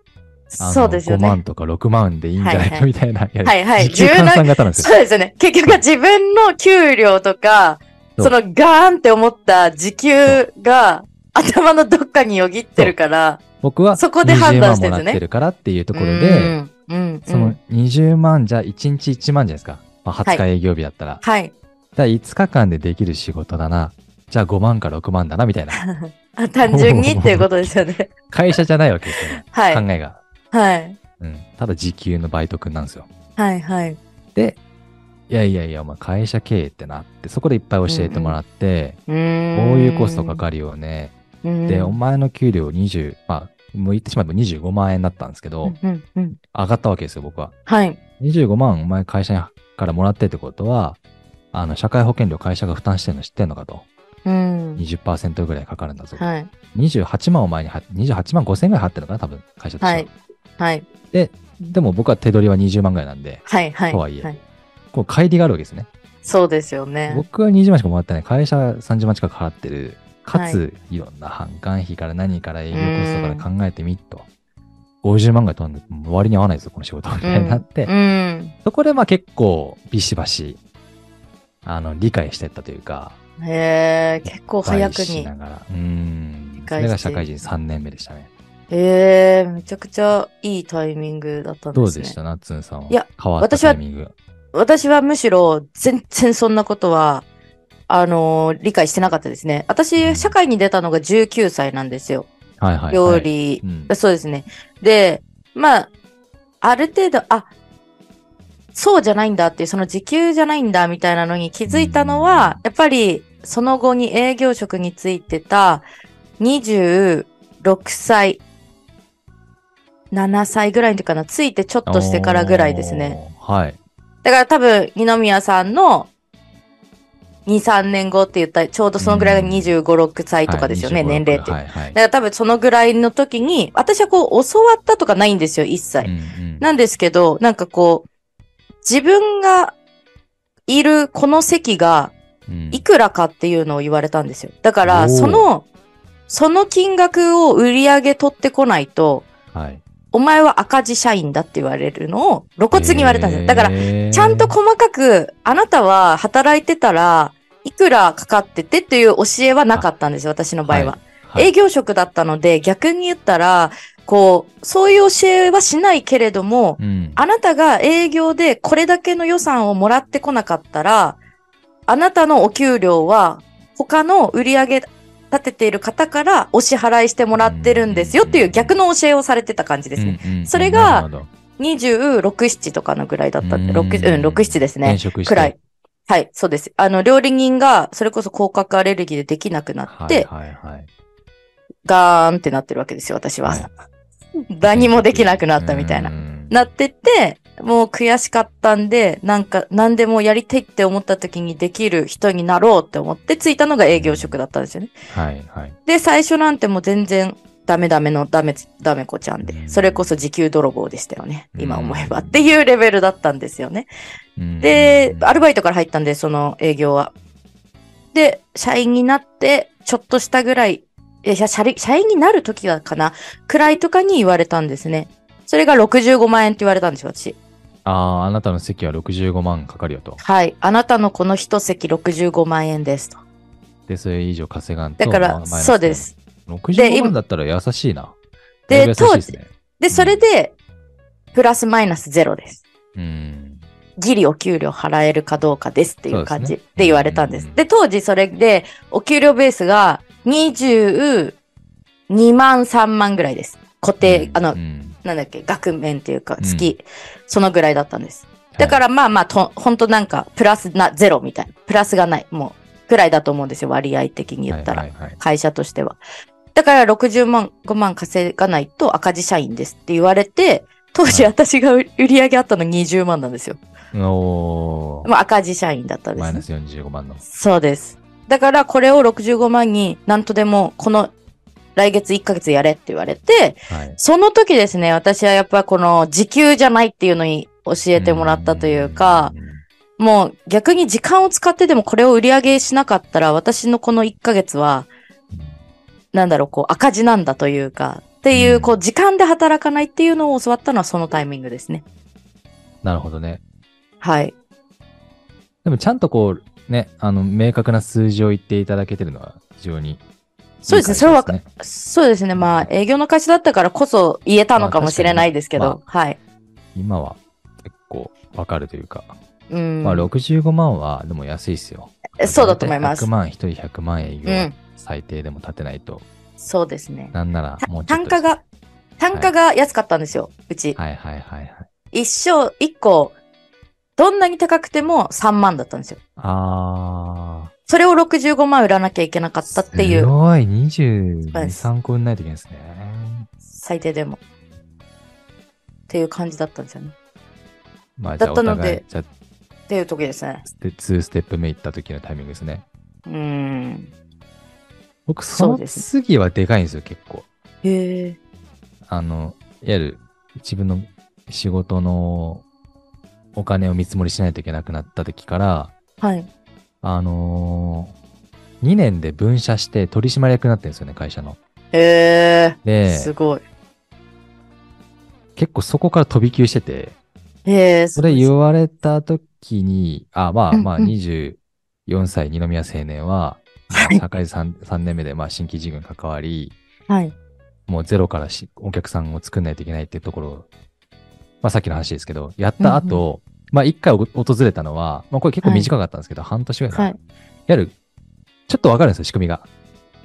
[SPEAKER 2] あの
[SPEAKER 1] そうですよ
[SPEAKER 2] 5
[SPEAKER 1] ね
[SPEAKER 2] 万。とか6万でいいんじゃない
[SPEAKER 1] はい
[SPEAKER 2] か
[SPEAKER 1] はい
[SPEAKER 2] みたいな。いや
[SPEAKER 1] はいはい
[SPEAKER 2] 時給換算型なんです
[SPEAKER 1] そ
[SPEAKER 2] よ。
[SPEAKER 1] うですよね。結局は自分の給料とか、
[SPEAKER 2] そ
[SPEAKER 1] そうのガーンって思った時給が頭のどっかによぎってるから、
[SPEAKER 2] 僕は
[SPEAKER 1] そこで判断してるんですね
[SPEAKER 2] 20万もらってるからっていうと
[SPEAKER 1] と
[SPEAKER 2] ころで、、
[SPEAKER 1] うん、うん
[SPEAKER 2] その20万じゃ1日1万じゃないですか。まあ、20日営業日だったら。
[SPEAKER 1] はい。
[SPEAKER 2] だから5日間でできる仕事だな。じゃあ5万か6万だな、みたいな。
[SPEAKER 1] あ、単純にっていうことですよ ね。
[SPEAKER 2] 会社じゃないわけですよね。
[SPEAKER 1] はい。
[SPEAKER 2] 考えが。
[SPEAKER 1] はい。
[SPEAKER 2] うん。ただ時給のバイト君なんですよ。
[SPEAKER 1] はい。はい。
[SPEAKER 2] で、いやいやいや、お前会社経営ってなって、そこでいっぱい教えてもらって、
[SPEAKER 1] うーん。
[SPEAKER 2] こういうコストかかるよね。
[SPEAKER 1] る
[SPEAKER 2] で、お前の給料20、まあ、もう言ってしまえば25万円だったんですけど、
[SPEAKER 1] うんうんうん。
[SPEAKER 2] 上がったわけですよ、僕は。
[SPEAKER 1] はい。
[SPEAKER 2] 25万お前会社からもらってってことは、あの、社会保険料会社が負担してるの知ってんのかと。
[SPEAKER 1] うん。
[SPEAKER 2] 20%ぐらいかかるんだぞ。
[SPEAKER 1] はい。
[SPEAKER 2] 28万を前には、28万5千円ぐらい払ってるのかな、多分、会社としては。
[SPEAKER 1] はい。はい。
[SPEAKER 2] でも僕は手取りは20万ぐらいなんで、
[SPEAKER 1] はい。はい。
[SPEAKER 2] とはいえ
[SPEAKER 1] はい。
[SPEAKER 2] こう、乖離があるわけですね。
[SPEAKER 1] そうですよね。
[SPEAKER 2] 僕は20万しかもらってない。会社は30万近く払ってる。かつ、い、ろんな販管費から何から営業コストから考えてみっと。50万ぐらい飛んで、もう割に合わないですよ、この仕事みたいになって。
[SPEAKER 1] うん。
[SPEAKER 2] そこでまあ結構、ビシバシ、あの、理解してったというか、
[SPEAKER 1] へえ、結構早く
[SPEAKER 2] 理解し
[SPEAKER 1] に
[SPEAKER 2] な。がら。うん。そ
[SPEAKER 1] 解して
[SPEAKER 2] れが社会人3年目でしたね。
[SPEAKER 1] へえ、めちゃくちゃいいタイミングだったんですね。
[SPEAKER 2] どうでしたなっつんさんは。
[SPEAKER 1] いや、
[SPEAKER 2] 変わった
[SPEAKER 1] 私は
[SPEAKER 2] タイミング。
[SPEAKER 1] 私はむしろ全然そんなことは、あのー理解してなかったですね。私、社会に出たのが19歳なんですよ。
[SPEAKER 2] はいはい、はい。
[SPEAKER 1] 料理
[SPEAKER 2] う、ん。
[SPEAKER 1] そうですね。で、まあ、ある程度、あ、そうじゃないんだっていう、その時給じゃないんだみたいなのに気づいたのは、やっぱりその後に営業職についてた26歳、7歳ぐらいの時かな、ついてちょっとしてからぐらいですね。
[SPEAKER 2] おー。はい。
[SPEAKER 1] だから多分、二宮さんの2、3年後って言ったら、ちょうどそのぐらいが25、6歳とかですよね、
[SPEAKER 2] はい
[SPEAKER 1] 年齢って。
[SPEAKER 2] はいはい
[SPEAKER 1] だから多分そのぐらいの時に、私はこう教わったとかないんですよ、一切。
[SPEAKER 2] うんうん
[SPEAKER 1] なんですけど、なんかこう、自分がいるこの席が
[SPEAKER 2] うん
[SPEAKER 1] いくらかっていうのを言われたんですよ。だから、
[SPEAKER 2] おー
[SPEAKER 1] その、その金額を売り上げ取ってこないと、
[SPEAKER 2] はい、
[SPEAKER 1] お前は赤字社員だって言われるのを露骨に言われたんですよ。だから、
[SPEAKER 2] ら
[SPEAKER 1] ちゃんと細かく、あなたは働いてたらいくらかかっててっていう教えはなかったんですよ、私の場合は。営
[SPEAKER 2] え
[SPEAKER 1] 業職だったので、逆に言ったら、こう、そういう教えはしないけれども、
[SPEAKER 2] うん、
[SPEAKER 1] あなたが営業でこれだけの予算をもらってこなかったら、あなたのお給料は他の売り上げ立てている方からお支払いしてもらってるんですよっていう逆の教えをされてた感じですね。
[SPEAKER 2] うんうん
[SPEAKER 1] それが
[SPEAKER 2] なるほど
[SPEAKER 1] 26、7とかのぐらいだったんで、6、うん、6、7ですね
[SPEAKER 2] 転。職して
[SPEAKER 1] くらい。はい、そうです。あの、料理人が、それこそ広角アレルギーでできなくなって、
[SPEAKER 2] はいはいはい、
[SPEAKER 1] ガーンってなってるわけですよ、私は。
[SPEAKER 2] はい
[SPEAKER 1] 何もできなくなったみたいな。なってて、もう悔しかったんで、なんか、何でもやりたいって思った時にできる人になろうって思って、ついたのが営業職だったんですよね。
[SPEAKER 2] はいはい
[SPEAKER 1] で、最初なんてもう全然、ダメダメのダメ、ダメ子ちゃん
[SPEAKER 2] う
[SPEAKER 1] で。
[SPEAKER 2] ん
[SPEAKER 1] それこそ時給泥棒でしたよね。今思えば。
[SPEAKER 2] うん
[SPEAKER 1] っていうレベルだったんですよね。
[SPEAKER 2] うん
[SPEAKER 1] で、アルバイトから入ったんで、その営業は。で、社員になって、ちょっとしたぐらい、いや、社社員になる時はかな、くらいとかに言われたんですね。それが65万円って言われたんですよ、私。
[SPEAKER 2] あああなたの席は65万かかるよと
[SPEAKER 1] はい。あなたのこの一席65万円ですと。
[SPEAKER 2] でそれ以上稼がんと
[SPEAKER 1] だか
[SPEAKER 2] ま
[SPEAKER 1] ら、
[SPEAKER 2] あマイナス
[SPEAKER 1] そうです。で
[SPEAKER 2] 65
[SPEAKER 1] 今
[SPEAKER 2] 万だったら優しいな
[SPEAKER 1] で
[SPEAKER 2] だいぶ優しいすね
[SPEAKER 1] で、それで、プラスマイナスゼロです。
[SPEAKER 2] うん
[SPEAKER 1] ギリお給料払えるかどうかですっていう感
[SPEAKER 2] そ
[SPEAKER 1] じ
[SPEAKER 2] う
[SPEAKER 1] っ
[SPEAKER 2] ですね
[SPEAKER 1] て言われたんです。
[SPEAKER 2] うん
[SPEAKER 1] で、当時それで、お給料ベースが22万3万ぐらいです。固定、あの
[SPEAKER 2] う、ん
[SPEAKER 1] なんだっけ、額面っていうか、
[SPEAKER 2] うん
[SPEAKER 1] 月、そのぐらいだったんです。だからまあまあと、ほんとなんか、プラスな、ゼロみたいな。プラスがない、もう、ぐらいだと思うんですよ、割合的に言ったら。
[SPEAKER 2] はいはいはい
[SPEAKER 1] 会社としては。だから60万、5万稼がないと赤字社員ですって言われて、当時
[SPEAKER 2] は
[SPEAKER 1] 私が売売り上げあったの20万なんですよ。
[SPEAKER 2] おー
[SPEAKER 1] まあ、赤字社員だったんで
[SPEAKER 2] マ
[SPEAKER 1] す、
[SPEAKER 2] イナ
[SPEAKER 1] ね。
[SPEAKER 2] ス45万の
[SPEAKER 1] そうです。だからこれを65万に何とでもこの来月1ヶ月やれって言われて、
[SPEAKER 2] はい
[SPEAKER 1] その時ですね、私はやっぱこの時給じゃないっていうのに教えてもらったというか、
[SPEAKER 2] ん
[SPEAKER 1] もう逆に時間を使ってでもこれを売り上げしなかったら私のこの1ヶ月は、なんだろう、こう赤字なんだというか、っていうう、
[SPEAKER 2] ん
[SPEAKER 1] こう時間で働かないっていうのを教わったのはそのタイミングですね。
[SPEAKER 2] なるほどね
[SPEAKER 1] はい。
[SPEAKER 2] でもちゃんとこう、ね、あの、明確な数字を言っていただけてるのは非常に
[SPEAKER 1] そうですね、それは、そうですね、まあ、営業の会社だったからこそ言えたのかもしれないですけど、はい。
[SPEAKER 2] 今は結構わかるというか、
[SPEAKER 1] うん。
[SPEAKER 2] まあ65万はでも安いですよ。
[SPEAKER 1] えそうだと思います
[SPEAKER 2] 100。万、1人100万営業
[SPEAKER 1] う
[SPEAKER 2] は
[SPEAKER 1] ん。
[SPEAKER 2] 最低でも立てないと、
[SPEAKER 1] そうですね。
[SPEAKER 2] なんなら
[SPEAKER 1] た
[SPEAKER 2] もうちょっ
[SPEAKER 1] 単
[SPEAKER 2] と
[SPEAKER 1] 価が、単価が安かったんですよ、うち。
[SPEAKER 2] はいはいはいはい。
[SPEAKER 1] 一生、一個、どんなに高くても3万だったんですよ。
[SPEAKER 2] あ
[SPEAKER 1] それを65万売らなきゃいけなかった
[SPEAKER 2] ー。
[SPEAKER 1] ってい
[SPEAKER 2] す
[SPEAKER 1] う、
[SPEAKER 2] ごい、22、
[SPEAKER 1] そうです
[SPEAKER 2] 3個売んないといけないですね。
[SPEAKER 1] 最低でも。っていう感じだったんですよね。
[SPEAKER 2] まあじゃあ
[SPEAKER 1] だっ
[SPEAKER 2] お
[SPEAKER 1] たの
[SPEAKER 2] 互
[SPEAKER 1] で
[SPEAKER 2] い、じゃあ
[SPEAKER 1] っていう時ですね。
[SPEAKER 2] ステ2ステップ目行った時のタイミングですね。
[SPEAKER 1] うーん。
[SPEAKER 2] 僕、そ
[SPEAKER 1] そう
[SPEAKER 2] の
[SPEAKER 1] です
[SPEAKER 2] 次はでかいんですよ、結構。
[SPEAKER 1] へえ。
[SPEAKER 2] あの、いわゆる自分の仕事のお金を見積もりしないといけなくなった時から、
[SPEAKER 1] はい。
[SPEAKER 2] あの2年で分社して取締役になってるんですよね、会社の。
[SPEAKER 1] へえ。
[SPEAKER 2] で、
[SPEAKER 1] すごい。
[SPEAKER 2] 結構そこから飛び級してて、
[SPEAKER 1] へえ。
[SPEAKER 2] それ言われた時に、あ、まあまあ
[SPEAKER 1] うんうん
[SPEAKER 2] 24歳二宮青年は、
[SPEAKER 1] はい。
[SPEAKER 2] 社会 3, 3年目でまあ新規事業に関わり、
[SPEAKER 1] はい。
[SPEAKER 2] もうゼロからしお客さんを作んないといけないっていうところを、まあさっきの話ですけど、やった後、まあ一回お訪れたのは、まあこれ結構短かったんですけど、半年ぐらいかな。
[SPEAKER 1] はい
[SPEAKER 2] い、やる、ちょっとわかるんですよ、仕組みが。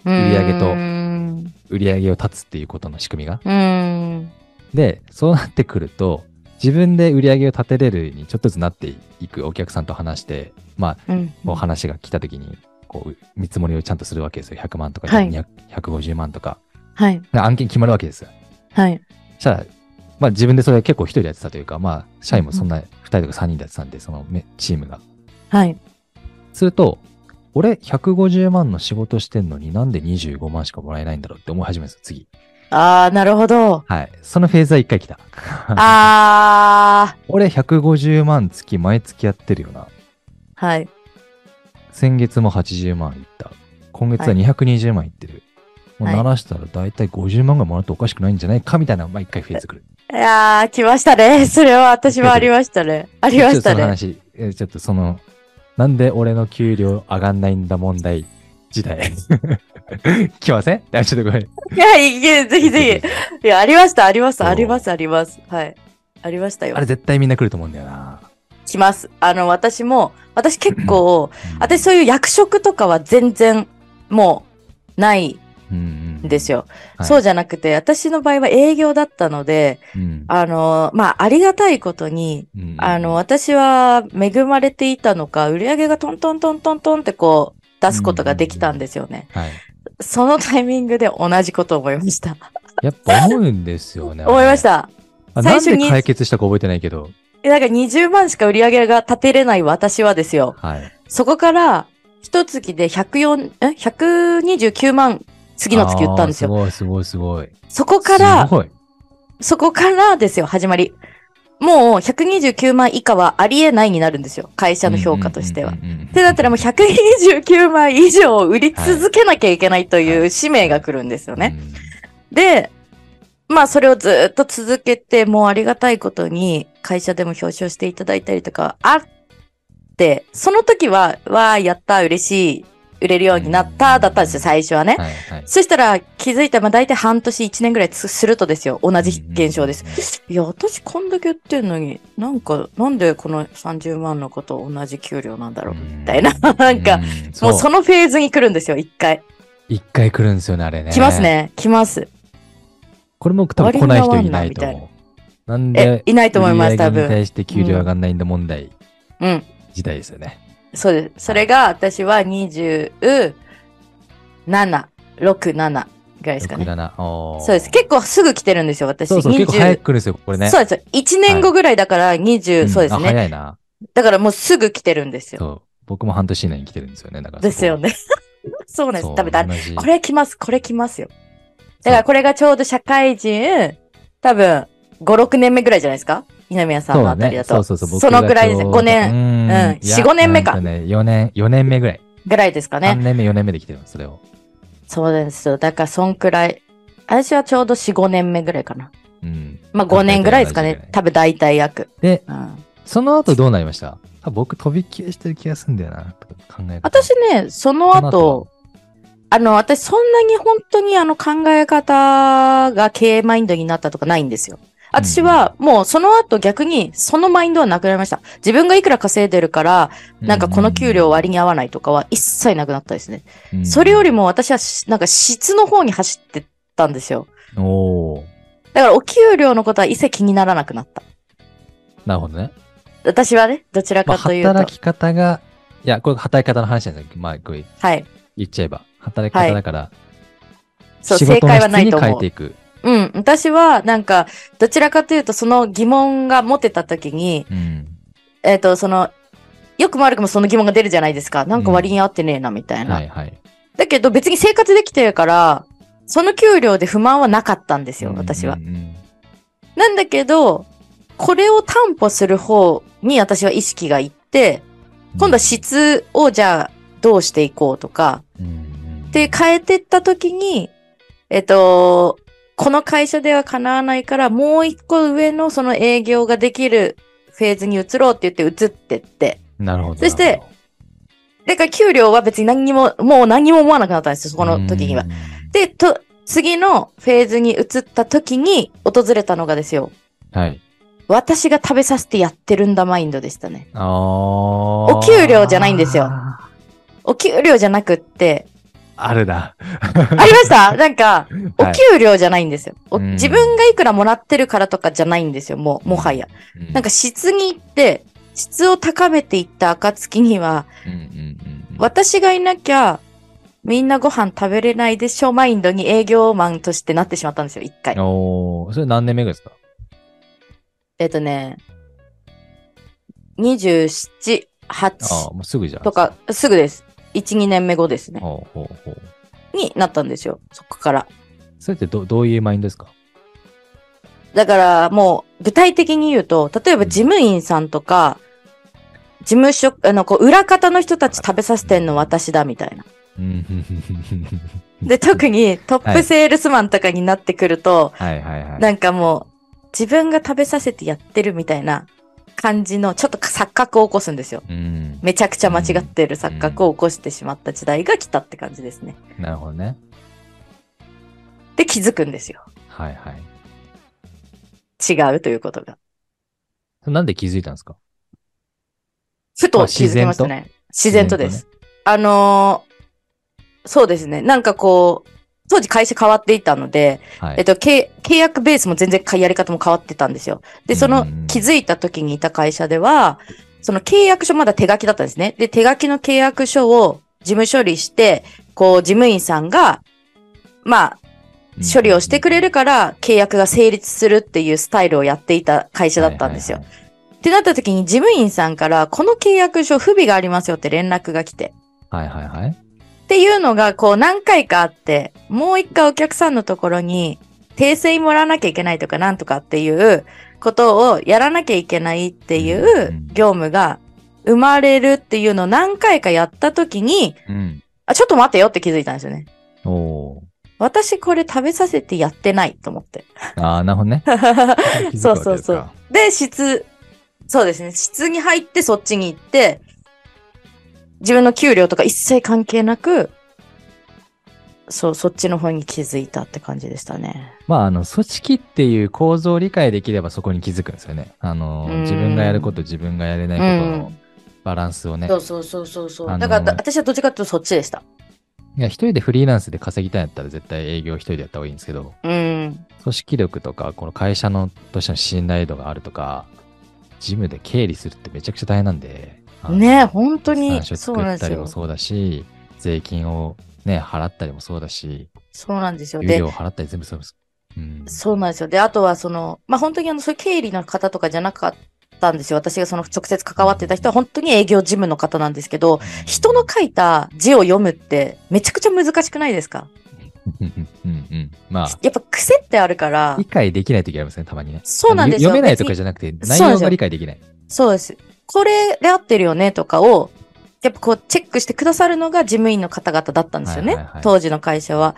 [SPEAKER 1] 売
[SPEAKER 2] り上げと
[SPEAKER 1] うーん。
[SPEAKER 2] 売り上げを立つっていうことの仕組みが。
[SPEAKER 1] うーん。
[SPEAKER 2] で、そうなってくると、自分で売り上げを立てれるようにちょっとずつなっていくお客さんと話して、まあ、
[SPEAKER 1] うん。
[SPEAKER 2] こう話が来た時に、こう、見積もりをちゃんとするわけですよ。100万とか、
[SPEAKER 1] はい
[SPEAKER 2] 200 150万とか。
[SPEAKER 1] はい。
[SPEAKER 2] で案件決まるわけですよ。
[SPEAKER 1] はい。
[SPEAKER 2] そしたら、まあ自分でそれ結構一人でやってたというか、まあ社員もそんな2人とか3人でやってたんで、そのめチームが。
[SPEAKER 1] はい。
[SPEAKER 2] すると、俺150万の仕事してんのになんで25万しかもらえないんだろうって思い始めるんですよ、次。
[SPEAKER 1] ああ、なるほど。
[SPEAKER 2] はい。そのフェーズは一回来た。
[SPEAKER 1] ああ。
[SPEAKER 2] 俺150万月毎月やってるよな。
[SPEAKER 1] はい。
[SPEAKER 2] 先月も80万いった。今月は
[SPEAKER 1] はい
[SPEAKER 2] 220万いってる。
[SPEAKER 1] はい
[SPEAKER 2] もう鳴らしたら大体50万がもらっておかしくないんじゃないかみたいな、まあ一回フェーズ来る。
[SPEAKER 1] いやー、来ましたね。 それは私はありましたね。ありましたね。
[SPEAKER 2] ちょっとその話、えーちょっとその、なんで俺の給料上がんないんだ問題時代。 来ません あちょっとごめん。
[SPEAKER 1] いや、いけ、ぜひぜひ。いや、ありました、あります、
[SPEAKER 2] そう
[SPEAKER 1] あります、あります。はい。ありましたよ
[SPEAKER 2] あ。れ絶対みんな来ると思うんだよな。
[SPEAKER 1] 来ます。あの、私も、私結 構、
[SPEAKER 2] うん
[SPEAKER 1] 私、そういう役職とかは全然、もう、ない
[SPEAKER 2] うん
[SPEAKER 1] んです
[SPEAKER 2] よ。
[SPEAKER 1] よ。そううじゃなくて、私の場合は営業だったので、
[SPEAKER 2] ん
[SPEAKER 1] あの、まあ、ありがたいことに、
[SPEAKER 2] うん
[SPEAKER 1] あの、私は恵まれていたのか、売り上げがトントントントントンってこう、出すことができたんですよね。
[SPEAKER 2] はい、
[SPEAKER 1] そのタイミングで同じことを思いました。
[SPEAKER 2] やっぱ思うんですよね。
[SPEAKER 1] 思いまし。た。最
[SPEAKER 2] あなん
[SPEAKER 1] 初に
[SPEAKER 2] で解決したか覚えてないけど。
[SPEAKER 1] えなんか20万しか売り上げが立てれない私はですよ。
[SPEAKER 2] はい。
[SPEAKER 1] そこから、一月で104、え ?129 万、次の月売ったんですよ。
[SPEAKER 2] あーすごいすごいすごい。
[SPEAKER 1] そこか
[SPEAKER 2] す
[SPEAKER 1] ら、
[SPEAKER 2] ごい。
[SPEAKER 1] そこからですよ、始まり。もう129万以下はありえないになるんですよ。会社の評価としては。
[SPEAKER 2] う
[SPEAKER 1] っ
[SPEAKER 2] んうんうんうん。
[SPEAKER 1] てなったらもう129万以上を売り続けなきゃいけないという使命が来るんですよね。
[SPEAKER 2] うん。
[SPEAKER 1] で、まあそれをずーっと続けて、もうありがたいことに会社でも表彰していただいたりとかあって、その時は、わーやった、嬉しい、売れるようになった、だったんですよ、最初はね。
[SPEAKER 2] はいはい。
[SPEAKER 1] そしたら気づいたら、まあ大体半年、一年ぐらいつするとですよ、同じ現象で
[SPEAKER 2] うんう
[SPEAKER 1] す。いや、私こんだけ売ってんのに、なんか、なんでこの30万のこと同じ給料なんだろう、みたいな、なんか、
[SPEAKER 2] うん
[SPEAKER 1] もうそのフェーズに来るんですよ、一回。
[SPEAKER 2] 一回来るんですよね、あれね。
[SPEAKER 1] 来ます。ね、来ます。
[SPEAKER 2] これも多分来ない人いないと思う。なん
[SPEAKER 1] え
[SPEAKER 2] で、、
[SPEAKER 1] いないと思います、多
[SPEAKER 2] 売り上げに
[SPEAKER 1] 分。
[SPEAKER 2] 対して給料上がんないんだ問題、
[SPEAKER 1] うん。
[SPEAKER 2] 時代ですよね。
[SPEAKER 1] そうです。それが私は27、6、7ぐらいですかね。
[SPEAKER 2] 67おー
[SPEAKER 1] そうです。結構すぐ来てるんですよ、私。
[SPEAKER 2] そうそう、
[SPEAKER 1] 20
[SPEAKER 2] 結構早く来るんですよ、これね。
[SPEAKER 1] そうです。1年後ぐらいだから20、
[SPEAKER 2] ん
[SPEAKER 1] そうです
[SPEAKER 2] あ
[SPEAKER 1] ね。
[SPEAKER 2] 早いな。
[SPEAKER 1] だからもうすぐ来てるんですよ。
[SPEAKER 2] そう。僕も半年以内に来てるんですよね、だから。
[SPEAKER 1] ですよ。ね。 そうなんです。
[SPEAKER 2] そう
[SPEAKER 1] 多分だ、
[SPEAKER 2] 同じ
[SPEAKER 1] これ来ます、これ来ますよ。だからこれがちょうど社会人、多分5、6年目ぐらいじゃないですか稲宮さんのあたりだ
[SPEAKER 2] そ
[SPEAKER 1] と。
[SPEAKER 2] うそうそう、僕
[SPEAKER 1] のぐらいです。
[SPEAKER 2] がちょうど
[SPEAKER 1] 5年
[SPEAKER 2] うん
[SPEAKER 1] うん
[SPEAKER 2] いや
[SPEAKER 1] 4 5年目か
[SPEAKER 2] なんね、4年、4年目ぐらい。
[SPEAKER 1] ぐらいですかね
[SPEAKER 2] 3。年目、4年目で来てるのそれを。
[SPEAKER 1] そうですよ。だからそんくらい。私はちょうど4、5年目ぐらいかな。
[SPEAKER 2] うん。
[SPEAKER 1] まあ5年ぐらいですか
[SPEAKER 2] 大体同じぐら
[SPEAKER 1] ね
[SPEAKER 2] い。
[SPEAKER 1] 多分大体約。
[SPEAKER 2] で、
[SPEAKER 1] うん、
[SPEAKER 2] その後どうなりました多分僕飛び消してる気がするんだよな、とか考え方
[SPEAKER 1] 私ね、その
[SPEAKER 2] その後
[SPEAKER 1] 後、あの、私そんなに本当にあの考え方が経営マインドになったとかないんですよ。私はもうその後逆にそのマインドはなくなりました。自分がいくら稼いでるから、なんかこの給料割に合わないとかは一切なくなったですね。
[SPEAKER 2] うん
[SPEAKER 1] それよりも私はしなんか質の方に走ってったんですよ。
[SPEAKER 2] おー
[SPEAKER 1] だからお給料のことは一切気にならなくなった。
[SPEAKER 2] なるほどね。
[SPEAKER 1] 私はね、どちら
[SPEAKER 2] まあ、
[SPEAKER 1] かというと。
[SPEAKER 2] 働き方が、いや、これ働き方の話なんですけど、まあ、これ
[SPEAKER 1] はい。
[SPEAKER 2] 言っちゃえば。働き方だから、
[SPEAKER 1] そう、
[SPEAKER 2] 仕
[SPEAKER 1] 正
[SPEAKER 2] 事の
[SPEAKER 1] 解
[SPEAKER 2] 質
[SPEAKER 1] はない
[SPEAKER 2] に
[SPEAKER 1] と
[SPEAKER 2] 変え
[SPEAKER 1] 思う
[SPEAKER 2] て。いく。
[SPEAKER 1] うん。私は、なんか、どちらかというと、その疑問が持てた時に、
[SPEAKER 2] うん。
[SPEAKER 1] えっ、と、その、よくも悪くもその疑問が出るじゃないですか。なんか割に合ってねえな、みたいな。
[SPEAKER 2] はいはい。
[SPEAKER 1] だけど別に生活できてるから、その給料で不満はなかったんですよ、私は
[SPEAKER 2] う。んうん
[SPEAKER 1] なんだけど、これを担保する方に私は意識がいって、
[SPEAKER 2] うん
[SPEAKER 1] 今度は質をじゃあどうしていこうとか、
[SPEAKER 2] うん
[SPEAKER 1] で、変えてった時に、えっと、この会社では叶わないから、もう一個上のその営業ができるフェーズに移ろうって言って移ってって。
[SPEAKER 2] なるほど。
[SPEAKER 1] そして
[SPEAKER 2] なるほど、
[SPEAKER 1] だから給料は別に何にも、もう何にも思わなくなったんですよ、そこの時には
[SPEAKER 2] うん。。
[SPEAKER 1] で、と、次のフェーズに移った時に訪れたのがですよ。
[SPEAKER 2] はい。
[SPEAKER 1] 私が食べさせてやってるんだマインドでしたね。
[SPEAKER 2] あお
[SPEAKER 1] お給料じゃないんですよ
[SPEAKER 2] あ
[SPEAKER 1] お給料じゃなく って、
[SPEAKER 2] るな。
[SPEAKER 1] ありましたなんか、お
[SPEAKER 2] はい
[SPEAKER 1] 給料じゃないんですよ、お
[SPEAKER 2] うん
[SPEAKER 1] 自分がいくらもらってるからとかじゃないんですよ、もう、もはや。なん
[SPEAKER 2] か、
[SPEAKER 1] か質に行って、質を高めていった暁には、
[SPEAKER 2] うんうんうんうん
[SPEAKER 1] 私がいなきゃ、みんなご飯食べれないでしょマインドに営業マンとしてなってしまったんですよ、一回。
[SPEAKER 2] おーそれ何年目ぐらいですか
[SPEAKER 1] えっとね、27、
[SPEAKER 2] あ
[SPEAKER 1] 8
[SPEAKER 2] あ、もうすぐじゃん。
[SPEAKER 1] とか、すぐです。1、2年目後ですね。
[SPEAKER 2] ほうほうほう。
[SPEAKER 1] になったんですよ、そこから。
[SPEAKER 2] それってどどういうマインドですか
[SPEAKER 1] だからもう具体的に言うと、例えば事務員さんとか、事務所、あの、こう、裏方の人たち食べさせてんの私だみたいな。
[SPEAKER 2] うん
[SPEAKER 1] で、特にトップセールスマンとかになってくると、
[SPEAKER 2] はいはいはい。
[SPEAKER 1] なんかもう、自分が食べさせてやってるみたいな感じの、ちょっと錯覚を起こすんですよ。
[SPEAKER 2] うん、
[SPEAKER 1] めちゃくちゃ間違ってる錯覚を起こしてしまった時代が来たって感じですね。
[SPEAKER 2] なるほどね。
[SPEAKER 1] で、気づくんですよ。
[SPEAKER 2] はいはい。
[SPEAKER 1] 違うということが。
[SPEAKER 2] なんで気づいたんですか
[SPEAKER 1] ふと気づきましたね。自然とです。あのーそうですね。なんかこう、当時会社変わっていたので、
[SPEAKER 2] はい。
[SPEAKER 1] えっと、契契約ベースも全然かやり方も変わってたんですよ。で、その
[SPEAKER 2] うん
[SPEAKER 1] 気づいた時にいた会社では、その契約書まだ手書きだったんですね。で、手書きの契約書を事務処理して、こう、事務員さんが、まあ、処理をしてくれるから契約が成立するっていうスタイルをやっていた会社だったんですよ
[SPEAKER 2] はい。
[SPEAKER 1] ってなった時に事務員さんから、この契約書不備がありますよって連絡が来て。
[SPEAKER 2] はいはいはいはいはい。
[SPEAKER 1] っていうのが、こう何回かあって、もう一回お客さんのところに、訂正もらわなきゃいけないとかなんとかっていうことをやらなきゃいけないってい
[SPEAKER 2] うんう
[SPEAKER 1] う
[SPEAKER 2] ん
[SPEAKER 1] 業務が生まれるっていうのを何回かやった時に、
[SPEAKER 2] うん。
[SPEAKER 1] あ、ちょっと待てよって気づいたんですよね。
[SPEAKER 2] おお
[SPEAKER 1] 私これ食べさせてやってないと思って。
[SPEAKER 2] ー。ああ、なるほ どね。気づく
[SPEAKER 1] そ
[SPEAKER 2] わ
[SPEAKER 1] うそう
[SPEAKER 2] け
[SPEAKER 1] そ
[SPEAKER 2] です
[SPEAKER 1] う
[SPEAKER 2] か。。
[SPEAKER 1] で、質、そうですね。質に入ってそっちに行って、自分の給料とか一切関係なく、そう、そっちの方に気づいたって感じでしたね。
[SPEAKER 2] まあ、あの、組織っていう構造を理解できればそこに気づくんですよね。あの
[SPEAKER 1] うん、
[SPEAKER 2] 自分がやること、自分がやれないこと
[SPEAKER 1] う
[SPEAKER 2] のバランスをね。
[SPEAKER 1] そうそうそうそうそう。
[SPEAKER 2] あのー
[SPEAKER 1] だからだ私はどっちかというとそっちでした。
[SPEAKER 2] いや、一人でフリーランスで稼ぎたいんだったら絶対営業一人でやった方がいいんですけど、
[SPEAKER 1] うん。
[SPEAKER 2] 組織力とか、この会社のとしての信頼度があるとか、ジムで経理するってめちゃくちゃ大変なんで。あの
[SPEAKER 1] ね本当に
[SPEAKER 2] 予算書
[SPEAKER 1] そうなんで
[SPEAKER 2] 作っ
[SPEAKER 1] す
[SPEAKER 2] たり
[SPEAKER 1] よ
[SPEAKER 2] もそうだし、税金をね、払ったりもそうだし、
[SPEAKER 1] そうなんですよ。
[SPEAKER 2] 給
[SPEAKER 1] で
[SPEAKER 2] 料、を払ったり全部そうです。うん。
[SPEAKER 1] そうなんですよ。で、あとはその、まあ、本当にあの、そういう経理の方とかじゃなかったんですよ。私がその直接関わってた人は本当に営業事務の方なんですけど、人の書いた字を読むってめちゃくちゃ難しくないですか
[SPEAKER 2] うんうんうんうん。ま
[SPEAKER 1] やっぱ癖ってあるから
[SPEAKER 2] あ、理、解できない時ありますね、たまにね。
[SPEAKER 1] そうなんですよ。
[SPEAKER 2] 読めないとか
[SPEAKER 1] 別に
[SPEAKER 2] じゃなくて、
[SPEAKER 1] 別に
[SPEAKER 2] 内容が理解できない。
[SPEAKER 1] そうです。これで合ってるよねとかを、やっぱこうチェックしてくださるのが事務員の方々だったんですよね。
[SPEAKER 2] はいはいはい
[SPEAKER 1] 当時の会社は。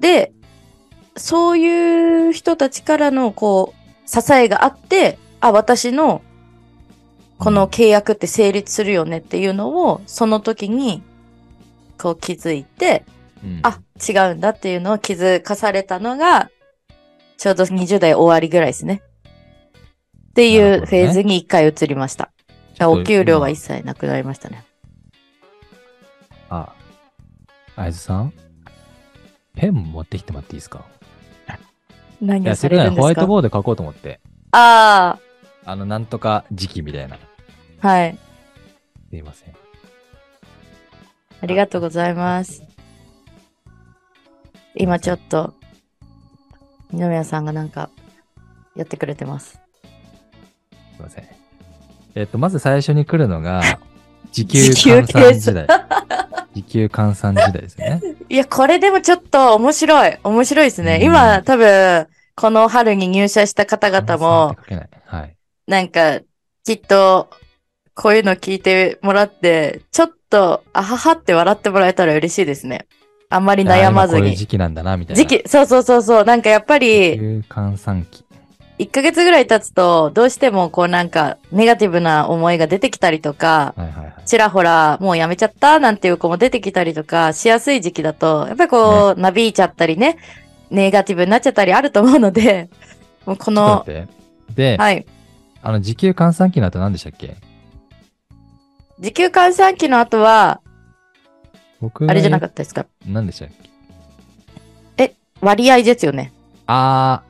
[SPEAKER 1] で、そういう人たちからのこう、支えがあって、あ、私のこの契約って成立するよねっていうのを、その時にこう気づいて、
[SPEAKER 2] うん
[SPEAKER 1] あ、違うんだっていうのを気づかされたのが、ちょうど20代終わりぐらいですね。ってい
[SPEAKER 2] なるほ
[SPEAKER 1] う
[SPEAKER 2] ど
[SPEAKER 1] フ
[SPEAKER 2] ね
[SPEAKER 1] ェーズに一回移りました。
[SPEAKER 2] ちょっと
[SPEAKER 1] お給料は一切なくなりましたね。
[SPEAKER 2] あ、あいずさんペン持ってきてもらっていいですかい
[SPEAKER 1] 何を
[SPEAKER 2] や、
[SPEAKER 1] さ
[SPEAKER 2] せっか
[SPEAKER 1] れ
[SPEAKER 2] くな
[SPEAKER 1] る
[SPEAKER 2] ん
[SPEAKER 1] ん
[SPEAKER 2] で
[SPEAKER 1] で
[SPEAKER 2] ホワ
[SPEAKER 1] す
[SPEAKER 2] イト
[SPEAKER 1] か
[SPEAKER 2] ボード書こうと思って。
[SPEAKER 1] あ
[SPEAKER 2] あの、なんとか時期みたいな。
[SPEAKER 1] あ、はい。
[SPEAKER 2] すいません。
[SPEAKER 1] ありがとうございます。今ちょっと、二宮さんがなんか、やってくれてます。
[SPEAKER 2] すいません。えっと、まず最初に来る のが、時給
[SPEAKER 1] 時給
[SPEAKER 2] 換
[SPEAKER 1] 計
[SPEAKER 2] 算時
[SPEAKER 1] 算
[SPEAKER 2] 代。 時給換算時代ですね。
[SPEAKER 1] いや、これでもちょっと面白い。面白いですね。
[SPEAKER 2] うん
[SPEAKER 1] 今、多分、この春に入社した方々も
[SPEAKER 2] 換算っ、て書けない。はい。
[SPEAKER 1] なんか、きっと、こういうの聞いてもらって、ちょっと、あははって笑ってもらえたら嬉しいですね。あんまり悩まず
[SPEAKER 2] あ今こういう
[SPEAKER 1] に。
[SPEAKER 2] 時期なんだな、みたいな。
[SPEAKER 1] 時期、そうそうそうそう。なんかやっぱ
[SPEAKER 2] 時
[SPEAKER 1] り、
[SPEAKER 2] 給換算期。
[SPEAKER 1] 1ヶ月ぐらい経つと、どうしてもこうなんか、ネガティブな思いが出てきたりとか、
[SPEAKER 2] はいはいはい。
[SPEAKER 1] ちらほら、もうやめちゃったなんていう子も出てきたりとか、しやすい時期だと、やっぱりこう、なびいちゃったりね、ネガティブになっちゃったりあると思うので、もうこ
[SPEAKER 2] ちょっ
[SPEAKER 1] の
[SPEAKER 2] と、待って。で、
[SPEAKER 1] はい。
[SPEAKER 2] あの、時給換算期の後何でしたっけ
[SPEAKER 1] 時給換算期の後は、
[SPEAKER 2] 僕
[SPEAKER 1] あれじゃなか
[SPEAKER 2] っ
[SPEAKER 1] ったですか
[SPEAKER 2] た。何でしたっけ
[SPEAKER 1] 割合ですよね。
[SPEAKER 2] あ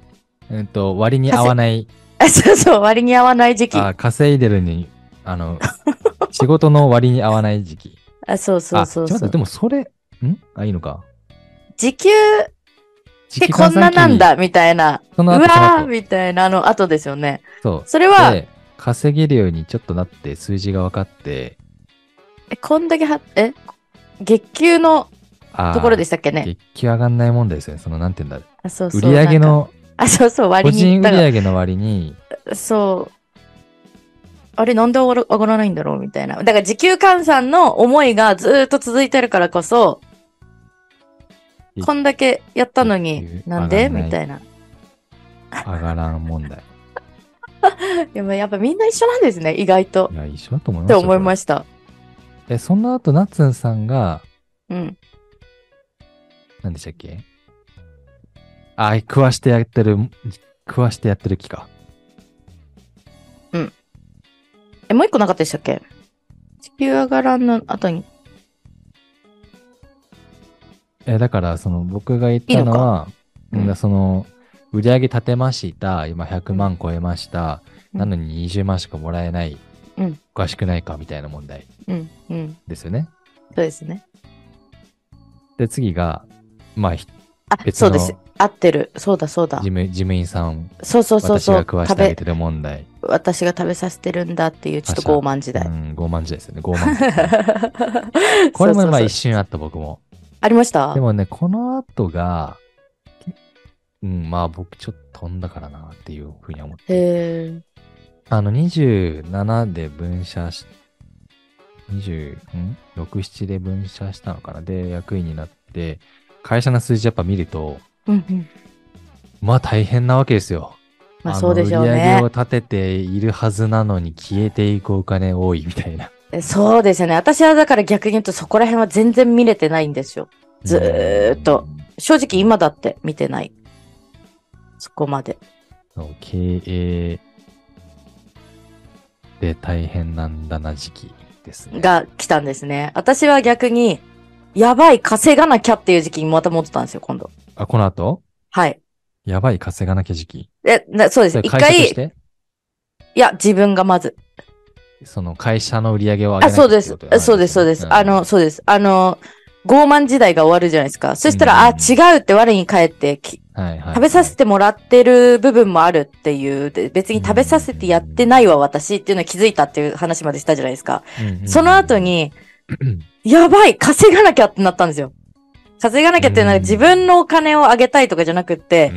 [SPEAKER 2] ー、うんと、割に合わない、
[SPEAKER 1] あそうそう、割に合わない時期。
[SPEAKER 2] あー稼いでるに、あの、仕事の割に合わない時期。
[SPEAKER 1] あ、そうそうそう
[SPEAKER 2] あ、ちょっと待
[SPEAKER 1] そ
[SPEAKER 2] って、
[SPEAKER 1] う
[SPEAKER 2] で。もそれ、んあ、いいのか。
[SPEAKER 1] 時給っ
[SPEAKER 2] 時
[SPEAKER 1] て
[SPEAKER 2] 期
[SPEAKER 1] こ
[SPEAKER 2] 換
[SPEAKER 1] ん
[SPEAKER 2] 算
[SPEAKER 1] な
[SPEAKER 2] 期
[SPEAKER 1] なんだ、みたいな。
[SPEAKER 2] そうの後その
[SPEAKER 1] わー
[SPEAKER 2] 後
[SPEAKER 1] みたいな、あの後ですよね。
[SPEAKER 2] そう。
[SPEAKER 1] それは、
[SPEAKER 2] で、稼げるようにちょっとなって、数字が分かって、
[SPEAKER 1] えこんだけは、え月給の
[SPEAKER 2] あー
[SPEAKER 1] ところでしたっけね。
[SPEAKER 2] 月給上がんないもんだですね。その、なんて言うんだ
[SPEAKER 1] あ、そうそう。
[SPEAKER 2] 売
[SPEAKER 1] な
[SPEAKER 2] 上
[SPEAKER 1] んか。
[SPEAKER 2] の、
[SPEAKER 1] あ、そうそう、
[SPEAKER 2] 個
[SPEAKER 1] 割に
[SPEAKER 2] 人
[SPEAKER 1] 行っ
[SPEAKER 2] 売
[SPEAKER 1] たが。
[SPEAKER 2] 上の割に、
[SPEAKER 1] そう。あれ、なんで上がる上がらないんだろうみたいな。だから、時給換算の思いがずーっと続いてるからこそ、こんだけやったの
[SPEAKER 2] 時
[SPEAKER 1] に
[SPEAKER 2] 給、
[SPEAKER 1] なんで
[SPEAKER 2] 上がんない
[SPEAKER 1] みたいな。
[SPEAKER 2] 上がらん問題。
[SPEAKER 1] でもやっぱみんな一緒なんですね、意外と
[SPEAKER 2] い。や、一緒だと思い
[SPEAKER 1] っ
[SPEAKER 2] ます
[SPEAKER 1] て
[SPEAKER 2] よ。
[SPEAKER 1] 思いま
[SPEAKER 2] し
[SPEAKER 1] した。
[SPEAKER 2] た。で、その後、ナッツンさんが、
[SPEAKER 1] うん。
[SPEAKER 2] 何でしたっけあ、食わしてやってる、食わしてやってる気か。
[SPEAKER 1] え、もう一個なかったでしたっけ地球上がらんの後に。
[SPEAKER 2] え、だから、その、僕が言った
[SPEAKER 1] いいの
[SPEAKER 2] のは、
[SPEAKER 1] か
[SPEAKER 2] うん
[SPEAKER 1] うん
[SPEAKER 2] その、売上立てました。今100万超えました。
[SPEAKER 1] うん
[SPEAKER 2] なのに20万しかもらえない。
[SPEAKER 1] うん
[SPEAKER 2] おかしくないかみたいな問題
[SPEAKER 1] うん、うん。
[SPEAKER 2] ですよね。
[SPEAKER 1] そうですね。
[SPEAKER 2] で、次が、まあ、ひ
[SPEAKER 1] あ、
[SPEAKER 2] 別
[SPEAKER 1] そ
[SPEAKER 2] の
[SPEAKER 1] うです。合ってる。そうだ、そうだ
[SPEAKER 2] 事。務事務員さん、
[SPEAKER 1] そうそうそう
[SPEAKER 2] 私
[SPEAKER 1] そう。
[SPEAKER 2] が食わし
[SPEAKER 1] 食
[SPEAKER 2] てあげ
[SPEAKER 1] べ、
[SPEAKER 2] てる問題。
[SPEAKER 1] 私が食べさせてるんだっていう、ちょっと
[SPEAKER 2] 他者
[SPEAKER 1] 傲慢時
[SPEAKER 2] う
[SPEAKER 1] 代。
[SPEAKER 2] ん、傲慢時代ですよ ね。傲慢時代。こ
[SPEAKER 1] そうそう
[SPEAKER 2] れ
[SPEAKER 1] そ
[SPEAKER 2] も
[SPEAKER 1] う
[SPEAKER 2] まあ一瞬あった僕も。
[SPEAKER 1] ありました
[SPEAKER 2] でもね、この後が、うん、まあ僕ちょっと飛んだからなっていうふうに思って。
[SPEAKER 1] へー
[SPEAKER 2] あの、27で分社し、26、7で分社したのかな。で、役員になって、会社の数字やっぱ見ると、
[SPEAKER 1] うんうん。
[SPEAKER 2] まあ大変なわけですよ。
[SPEAKER 1] まあ
[SPEAKER 2] の
[SPEAKER 1] そうでしょう
[SPEAKER 2] 売り上
[SPEAKER 1] ね
[SPEAKER 2] げを。立てているはずなのに消えていくお金多いみたいな。
[SPEAKER 1] えそうですよね。私はだから逆に言うとそこら辺は全然見れてないんですよ。ずーっと
[SPEAKER 2] うん。
[SPEAKER 1] 正直今だって見てない。そこまで。
[SPEAKER 2] そう経営で大変なんだな時期ですね。
[SPEAKER 1] が来たんですね。私は逆に、やばい、稼がなきゃっていう時期にまた持ってたんですよ、今度。
[SPEAKER 2] あ、この後
[SPEAKER 1] はい。
[SPEAKER 2] やばい稼がなきゃ時期。
[SPEAKER 1] え、なそうです。
[SPEAKER 2] それ
[SPEAKER 1] 一
[SPEAKER 2] 会社と
[SPEAKER 1] 回、
[SPEAKER 2] し
[SPEAKER 1] い
[SPEAKER 2] て
[SPEAKER 1] や、自分がまず。
[SPEAKER 2] その会社の売り上げを上げ
[SPEAKER 1] あ、
[SPEAKER 2] なきゃ
[SPEAKER 1] そうで
[SPEAKER 2] って
[SPEAKER 1] す
[SPEAKER 2] ことだ。よね
[SPEAKER 1] そうです、そうです。あ、
[SPEAKER 2] ん
[SPEAKER 1] の、そうです。あの、傲慢時代が終わるじゃないですか。そしたら、あ、
[SPEAKER 2] うんうん
[SPEAKER 1] 違うって我に返ってき、
[SPEAKER 2] はいはい、
[SPEAKER 1] 食べさせてもらってる部分もあるっていう、で別に食べさせてやってないわ、私っていうのに気づいたっていう話までしたじゃないですか。
[SPEAKER 2] うんうんうん
[SPEAKER 1] その後、に、
[SPEAKER 2] うん
[SPEAKER 1] やばい稼がなきゃってなったんですよ。稼がなきゃっていうのは
[SPEAKER 2] うん
[SPEAKER 1] 自分のお金をあげたいとかじゃなくって、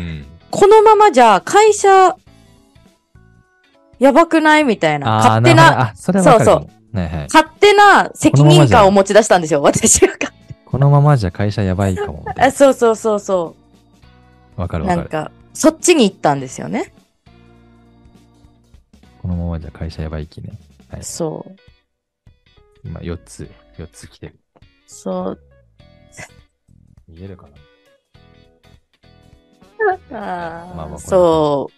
[SPEAKER 1] このままじゃ会社、やばくないみたいな。
[SPEAKER 2] あー
[SPEAKER 1] 勝手
[SPEAKER 2] るほ
[SPEAKER 1] な、
[SPEAKER 2] どあ、それはわかるか
[SPEAKER 1] そう
[SPEAKER 2] も。はいはい。
[SPEAKER 1] 勝手な責任
[SPEAKER 2] このままじゃ
[SPEAKER 1] 感を持ち出したんですよ、私が。
[SPEAKER 2] このままじゃ会社やばいかもみた い
[SPEAKER 1] あそうそうそうそ
[SPEAKER 2] な。わか
[SPEAKER 1] う。
[SPEAKER 2] る
[SPEAKER 1] な
[SPEAKER 2] わか
[SPEAKER 1] ん
[SPEAKER 2] る。
[SPEAKER 1] か、そっちに行ったんですよね。
[SPEAKER 2] このままじゃ会社やばい気ね。
[SPEAKER 1] そう。
[SPEAKER 2] 今4つ、4つ来てる。
[SPEAKER 1] そう。
[SPEAKER 2] 見えるかな
[SPEAKER 1] あー
[SPEAKER 2] まあまあ
[SPEAKER 1] そ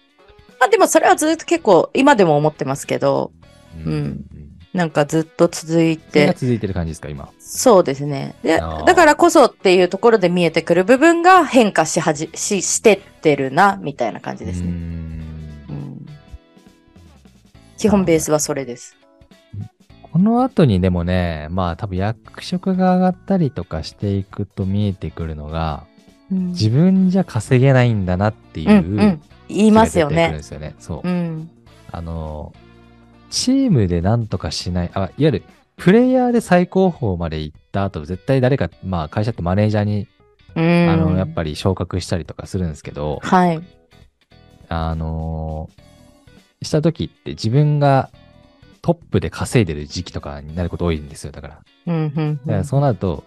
[SPEAKER 1] う。まあでもそれはずっと結構今でも思ってますけど、うんなんかずっと続い
[SPEAKER 2] それ
[SPEAKER 1] て、
[SPEAKER 2] が続いてる感じですか、今。
[SPEAKER 1] そうですね。で、
[SPEAKER 2] あー
[SPEAKER 1] だからこそっていうところで見えてくる部分が変化しはじ、し、してってるな、みたいな感じです
[SPEAKER 2] うー
[SPEAKER 1] ね。
[SPEAKER 2] ん
[SPEAKER 1] うん基本ベースはそれです。
[SPEAKER 2] この後にでもね、まあ多分役職が上がったりとかしていくと見えてくるのが、
[SPEAKER 1] うん
[SPEAKER 2] 自分じゃ稼げないんだなっていうう。
[SPEAKER 1] ん、うん。言いますよ
[SPEAKER 2] 出てくるん
[SPEAKER 1] ね。
[SPEAKER 2] ですよね。そう
[SPEAKER 1] う。ん。
[SPEAKER 2] あの、チームでなんとかしない、あ、いわゆる、プレイヤーで最高峰まで行った後、絶対誰か、まあ会社ってマネージャーに、
[SPEAKER 1] うん。
[SPEAKER 2] あの、やっぱり昇格したりとかするんですけど、
[SPEAKER 1] はい。
[SPEAKER 2] あのーした時って自分がトップで稼いでる時期とかになること多いんですよ、だから。
[SPEAKER 1] うん、うん
[SPEAKER 2] だか
[SPEAKER 1] う
[SPEAKER 2] ら
[SPEAKER 1] ん。
[SPEAKER 2] そうなると、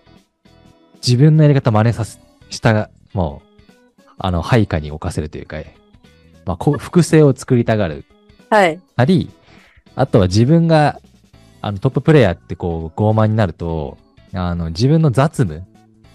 [SPEAKER 2] 自分のやり方真似させ、したが、もう、あの、配下に置かせるというか、まあ、こう、複製を作りたがる
[SPEAKER 1] はい。
[SPEAKER 2] あり、あとは自分が、あの、トッププレイヤーってこう、傲慢になると、あの、自分の雑務、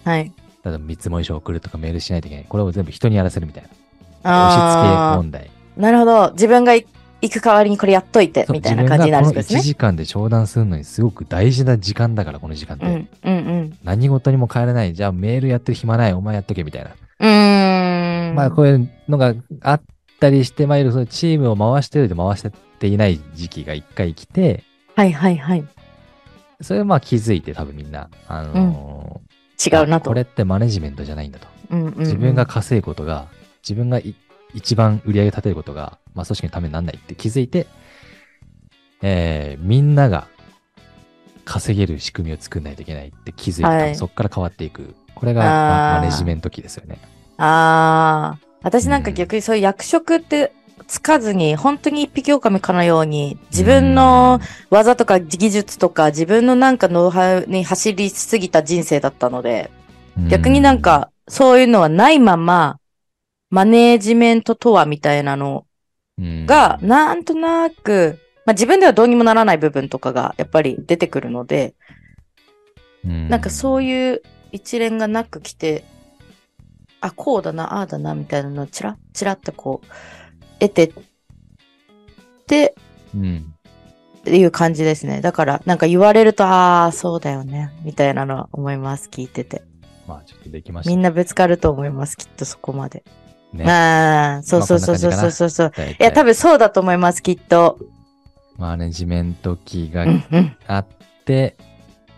[SPEAKER 1] はい。
[SPEAKER 2] 例えば見積もり書を送るとかメールしないといけない。これを全部人にやらせるみたいな。押し付け
[SPEAKER 1] あ
[SPEAKER 2] 問題。
[SPEAKER 1] あ。なるほど。自分がい行く代わりにこれやっといて、
[SPEAKER 2] そう
[SPEAKER 1] みたいな感じになるんで
[SPEAKER 2] 自
[SPEAKER 1] す
[SPEAKER 2] 分がこの1
[SPEAKER 1] ね。
[SPEAKER 2] 時間で商談するのにすごく大事な時間だから、この時間って。
[SPEAKER 1] うん、うん、うん。
[SPEAKER 2] 何事にも変えられない。じゃあメールやってる暇ない。お前やっとけみたいな。
[SPEAKER 1] うーん。
[SPEAKER 2] まあ、こういうのがあったりして、まあ、いろいろそのチームを回してるで回してっていない時期が一回来て、
[SPEAKER 1] はいはいはい。
[SPEAKER 2] それはまあ気づいて多分みんな、あのー
[SPEAKER 1] 違うなと。
[SPEAKER 2] これってマネジメントじゃないんだと。
[SPEAKER 1] うんうんうん
[SPEAKER 2] 自分が稼ぐことが、自分がい一番売り上げ立てることが、まあ組織のためにならないって気づいて、えー、みんなが稼げる仕組みを作んないといけないって気づいて、
[SPEAKER 1] はい
[SPEAKER 2] 多分そこから変わっていく。これが
[SPEAKER 1] あー
[SPEAKER 2] まマネジメント期ですよね。
[SPEAKER 1] ああ。私なんか
[SPEAKER 2] うん
[SPEAKER 1] 逆にそういう役職ってつかずに、本当に一匹狼かのように、自分の技とか技術とか、自分のなんかノウハウに走りすぎた人生だったので、
[SPEAKER 2] うん、
[SPEAKER 1] 逆になんかそういうのはないまま、マネージメントとはみたいなの
[SPEAKER 2] うん、
[SPEAKER 1] が、なんとなく、まあ自分ではどうにもならない部分とかがやっぱり出てくるので、なんかそう
[SPEAKER 2] う
[SPEAKER 1] いう一連がなくきて、あ、こうだな、ああだな、みたいなのをチラッチラッとこう、得てって、
[SPEAKER 2] ん、うん
[SPEAKER 1] っていう感じですね。だから、なんか言われると、ああ、そうだよね、みたいなのは思います、聞いてて。
[SPEAKER 2] まあちょっとできました
[SPEAKER 1] みんなぶつかると思います、きっとそこまで。
[SPEAKER 2] ね。
[SPEAKER 1] ああ、そうそうそうそうそうそうそう。
[SPEAKER 2] 大
[SPEAKER 1] い
[SPEAKER 2] 体
[SPEAKER 1] や、多分そうだと思います、きっと。
[SPEAKER 2] マネジメント期が
[SPEAKER 1] うん、うん。
[SPEAKER 2] あって、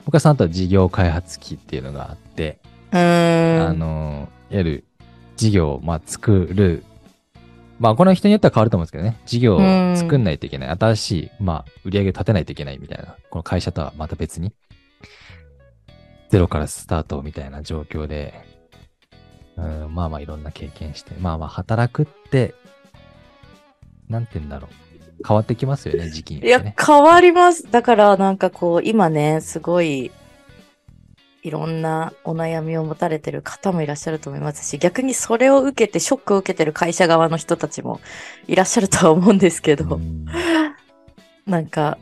[SPEAKER 2] 僕はその後事業開発期っていうのがあって、
[SPEAKER 1] うーん。
[SPEAKER 2] あの、いわゆる事業をまあ作る、まあこの人によっては変わると思うんですけどね、事業を作んないといけない、新しい、まあ売り上げを立てないといけないみたいな、この会社とはまた別に、ゼロからスタートみたいな状況で、うん、まあまあいろんな経験して、まあまあ働くって、なんて言うんだろう、変わってきますよね、時期に
[SPEAKER 1] い
[SPEAKER 2] よっ
[SPEAKER 1] や
[SPEAKER 2] てね。、
[SPEAKER 1] 変わります。だから、なんかこう、今ね、すごい、いろんなお悩みを持たれてる方もいらっしゃると思いますし、逆にそれを受けて、ショックを受けてる会社側の人たちもいらっしゃるとは思うんですけど、
[SPEAKER 2] うん
[SPEAKER 1] なんか、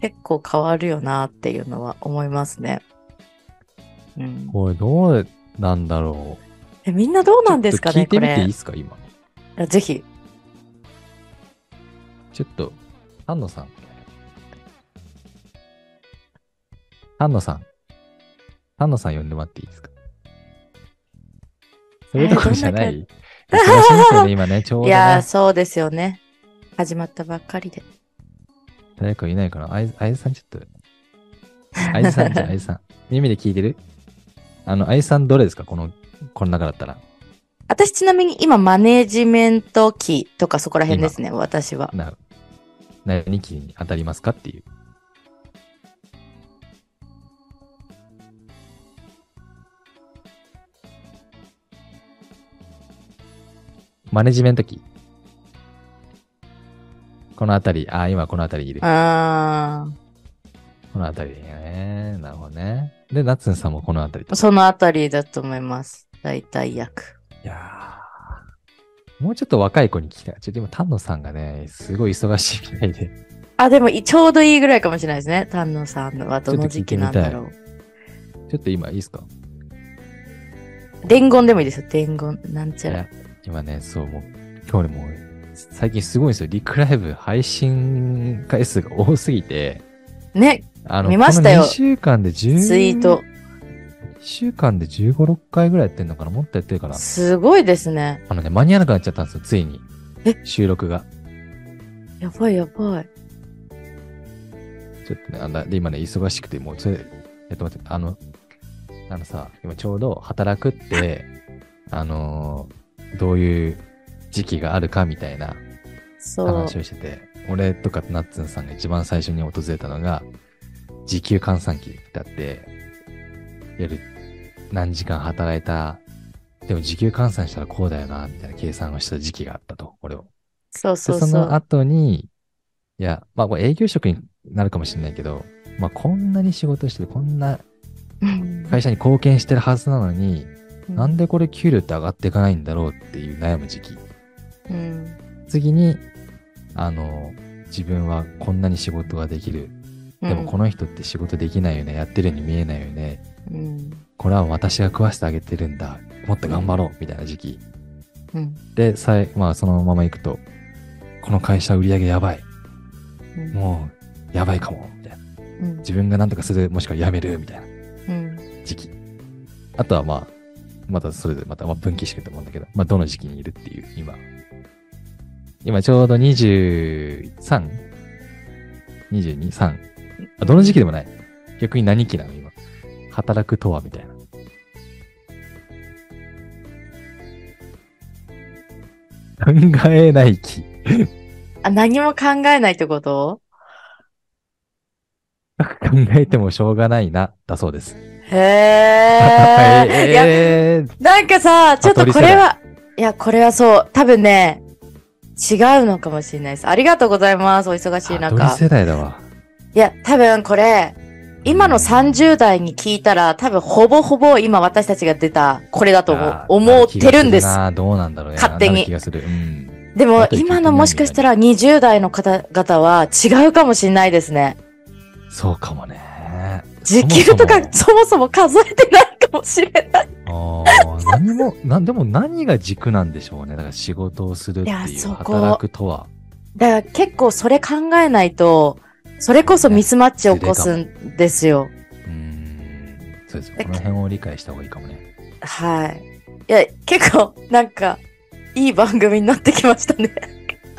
[SPEAKER 1] 結構変わるよなっていうのは思いますね。うん、
[SPEAKER 2] これどうなんだろう。
[SPEAKER 1] えみんなどうなんですかね、
[SPEAKER 2] ちょ
[SPEAKER 1] こ
[SPEAKER 2] っと聞いてみてい
[SPEAKER 1] れ
[SPEAKER 2] いで。すか、今。
[SPEAKER 1] あぜひ。
[SPEAKER 2] ちょっと、丹野さん。丹野さん。丹野さん呼んでもらっていいですかそれどころじゃない。忙しいですよね、今 ね。ちょう
[SPEAKER 1] い
[SPEAKER 2] ど、
[SPEAKER 1] やー、
[SPEAKER 2] ね。
[SPEAKER 1] そうですよね。始まったばっかりで。
[SPEAKER 2] 誰かいないかなあいあいずさんちょっと。あいずさんじゃあ、あいずさん。耳で聞いてるあの、あいずさんどれですかこの、この中だったら。
[SPEAKER 1] 私ちなみに今マネージメント期とかそこら辺ですね、私は。
[SPEAKER 2] な、何期に当たりますかっていう。マネジメント期。このあたり、あ、今このあたりいる。
[SPEAKER 1] あ
[SPEAKER 2] このあたりね。なるほどね。で、ナッツンさんもこのあたり
[SPEAKER 1] ー
[SPEAKER 2] と。
[SPEAKER 1] そのあたりだと思います。大体約。
[SPEAKER 2] いやーもうちょっと若い子に聞きたい。ちょ、でも丹野さんがね、すごい忙しいみたいで。
[SPEAKER 1] あ、でもいちょうどいいぐらいかもしれないですね。丹野さんはどの時期なんだろう。
[SPEAKER 2] ちょっと今いいですか
[SPEAKER 1] 伝言でもいいですよ。伝言。なんちゃ
[SPEAKER 2] い
[SPEAKER 1] ら
[SPEAKER 2] や。今ね、そう、もう、今日ねもう、最近すごいんですよ。リクライブ配信回数が多すぎて、
[SPEAKER 1] ね、
[SPEAKER 2] あの、
[SPEAKER 1] 見ましたよ
[SPEAKER 2] この2週間で10、
[SPEAKER 1] ツイート。
[SPEAKER 2] 1週間で15、6回ぐらいやってんのかなもっとやってるかな
[SPEAKER 1] すごいですね。
[SPEAKER 2] あのね、間に合わなくなっちゃったんですよ、ついに。
[SPEAKER 1] え
[SPEAKER 2] 収録が。
[SPEAKER 1] やばいやばい。
[SPEAKER 2] ちょっとね、あので今ね、忙しくて、もう、それ、えっと待って、あの、あのさ、今ちょうど働くって、あのーどういう時期があるかみたいな
[SPEAKER 1] そう
[SPEAKER 2] 話。をしてて、俺とかナッツンさんが一番最初に訪れたのが、時給換算期だって、夜何時間働いた、でも時給換算したらこうだよな、みたいな計算をした時期があったと、俺を。
[SPEAKER 1] そう
[SPEAKER 2] で
[SPEAKER 1] そ
[SPEAKER 2] そう
[SPEAKER 1] そう
[SPEAKER 2] の。後に、いや、まあこれ営業職になるかもしれないけど、まあこんなに仕事してて、こんな
[SPEAKER 1] うん
[SPEAKER 2] 会社に貢献してるはずなのに、
[SPEAKER 1] うん
[SPEAKER 2] なんでこれ給料って上がっていかないんだろうっていう悩む時期。
[SPEAKER 1] うん。
[SPEAKER 2] 次に、あの、自分はこんなに仕事ができる。でもこの人って仕事できないよね。やってるように見えないよね。
[SPEAKER 1] うん。
[SPEAKER 2] これは私が食わせてあげてるんだ。もっと頑張ろう。みたいな時期。
[SPEAKER 1] うん。
[SPEAKER 2] で、さえ、まあそのまま行くと、この会社売り上げやばい。
[SPEAKER 1] うん
[SPEAKER 2] もう、やばいかも。みたいな。
[SPEAKER 1] うん。
[SPEAKER 2] 自分が何とかする、もしくはやめる。みたいな
[SPEAKER 1] うん。
[SPEAKER 2] 時期。あとはまあ、またそれでまたまあ分岐してると思うんだけど、まあどの時期にいるっていう、今。今ちょうど 23?22、3? あ、どの時期でもない。逆に何期なの今。働くとはみたいな。考えない期。
[SPEAKER 1] あ、何も考えないってこと
[SPEAKER 2] 考えてもしょうがないな、だそうです。
[SPEAKER 1] へえ。いや、
[SPEAKER 2] えー
[SPEAKER 1] なんかさ、ちょっとこれ
[SPEAKER 2] ま
[SPEAKER 1] は、いや、これはそう、多分ね、違うのかもしれないです。ありがとうございます。お忙しい
[SPEAKER 2] あドリ
[SPEAKER 1] 中。
[SPEAKER 2] 世代だわ。
[SPEAKER 1] いや、多分これ、今の30代に聞いたら、多分ほぼほぼ今私たちが出た、これだと思う
[SPEAKER 2] あー
[SPEAKER 1] 思ってるんです。
[SPEAKER 2] なる気がるなどうなんだろうね。
[SPEAKER 1] 勝手に
[SPEAKER 2] なる気がする。うん。
[SPEAKER 1] で
[SPEAKER 2] だ
[SPEAKER 1] も
[SPEAKER 2] って
[SPEAKER 1] 今のもしかしたら20代の方々は違うかもしれないですね。
[SPEAKER 2] そうかもね。
[SPEAKER 1] 時給とかそもそも数えてないかもしれない。
[SPEAKER 2] あー何も、 なんでも何が軸なんでしょうね。だから仕事をするって
[SPEAKER 1] いや
[SPEAKER 2] いう、
[SPEAKER 1] そこ
[SPEAKER 2] 働くとは。
[SPEAKER 1] だから結構それ考えないと、それこそミスマッチを起こすんですよ。
[SPEAKER 2] うーん。そうですよ。
[SPEAKER 1] だ
[SPEAKER 2] この辺を理解した方がいいかもね。
[SPEAKER 1] はい。いや、結構なんか、いい番組になってきましたね。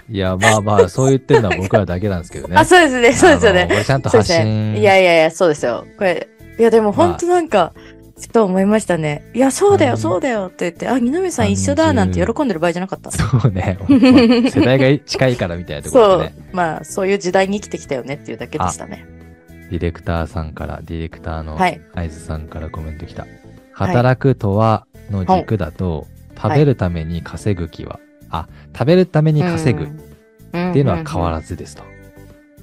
[SPEAKER 2] いや、まあまあ、そう言ってるのは僕らだけなんですけどね。
[SPEAKER 1] あ、そうですね、そうですよ
[SPEAKER 2] あ
[SPEAKER 1] ね
[SPEAKER 2] の。俺ちゃんと
[SPEAKER 1] そうで
[SPEAKER 2] 発
[SPEAKER 1] すね。
[SPEAKER 2] 信。
[SPEAKER 1] いやいやいや、そうですよ。これ、いやでも
[SPEAKER 2] まあ
[SPEAKER 1] 本当なんか、ふと思いましたね。いや、そうだ
[SPEAKER 2] う
[SPEAKER 1] よ、
[SPEAKER 2] ん
[SPEAKER 1] そうだよって言って、あ、二宮さん一緒だなんて喜んでる場合じゃなかった。
[SPEAKER 2] そうね。まあ世代が近いからみたいなとこ
[SPEAKER 1] そ
[SPEAKER 2] ろ
[SPEAKER 1] う、
[SPEAKER 2] でね。
[SPEAKER 1] まあ、そういう時代に生きてきたよねっていうだけでしたね。
[SPEAKER 2] ディレクターさんから、ディレクターの
[SPEAKER 1] はい
[SPEAKER 2] 合図さんからコメント来た。働くとはの軸だと、
[SPEAKER 1] い
[SPEAKER 2] 食べるために稼ぐ気は、あ、食べるために稼ぐ
[SPEAKER 1] う
[SPEAKER 2] っ
[SPEAKER 1] ん
[SPEAKER 2] ていうのは変わ
[SPEAKER 1] ん。
[SPEAKER 2] らずですと。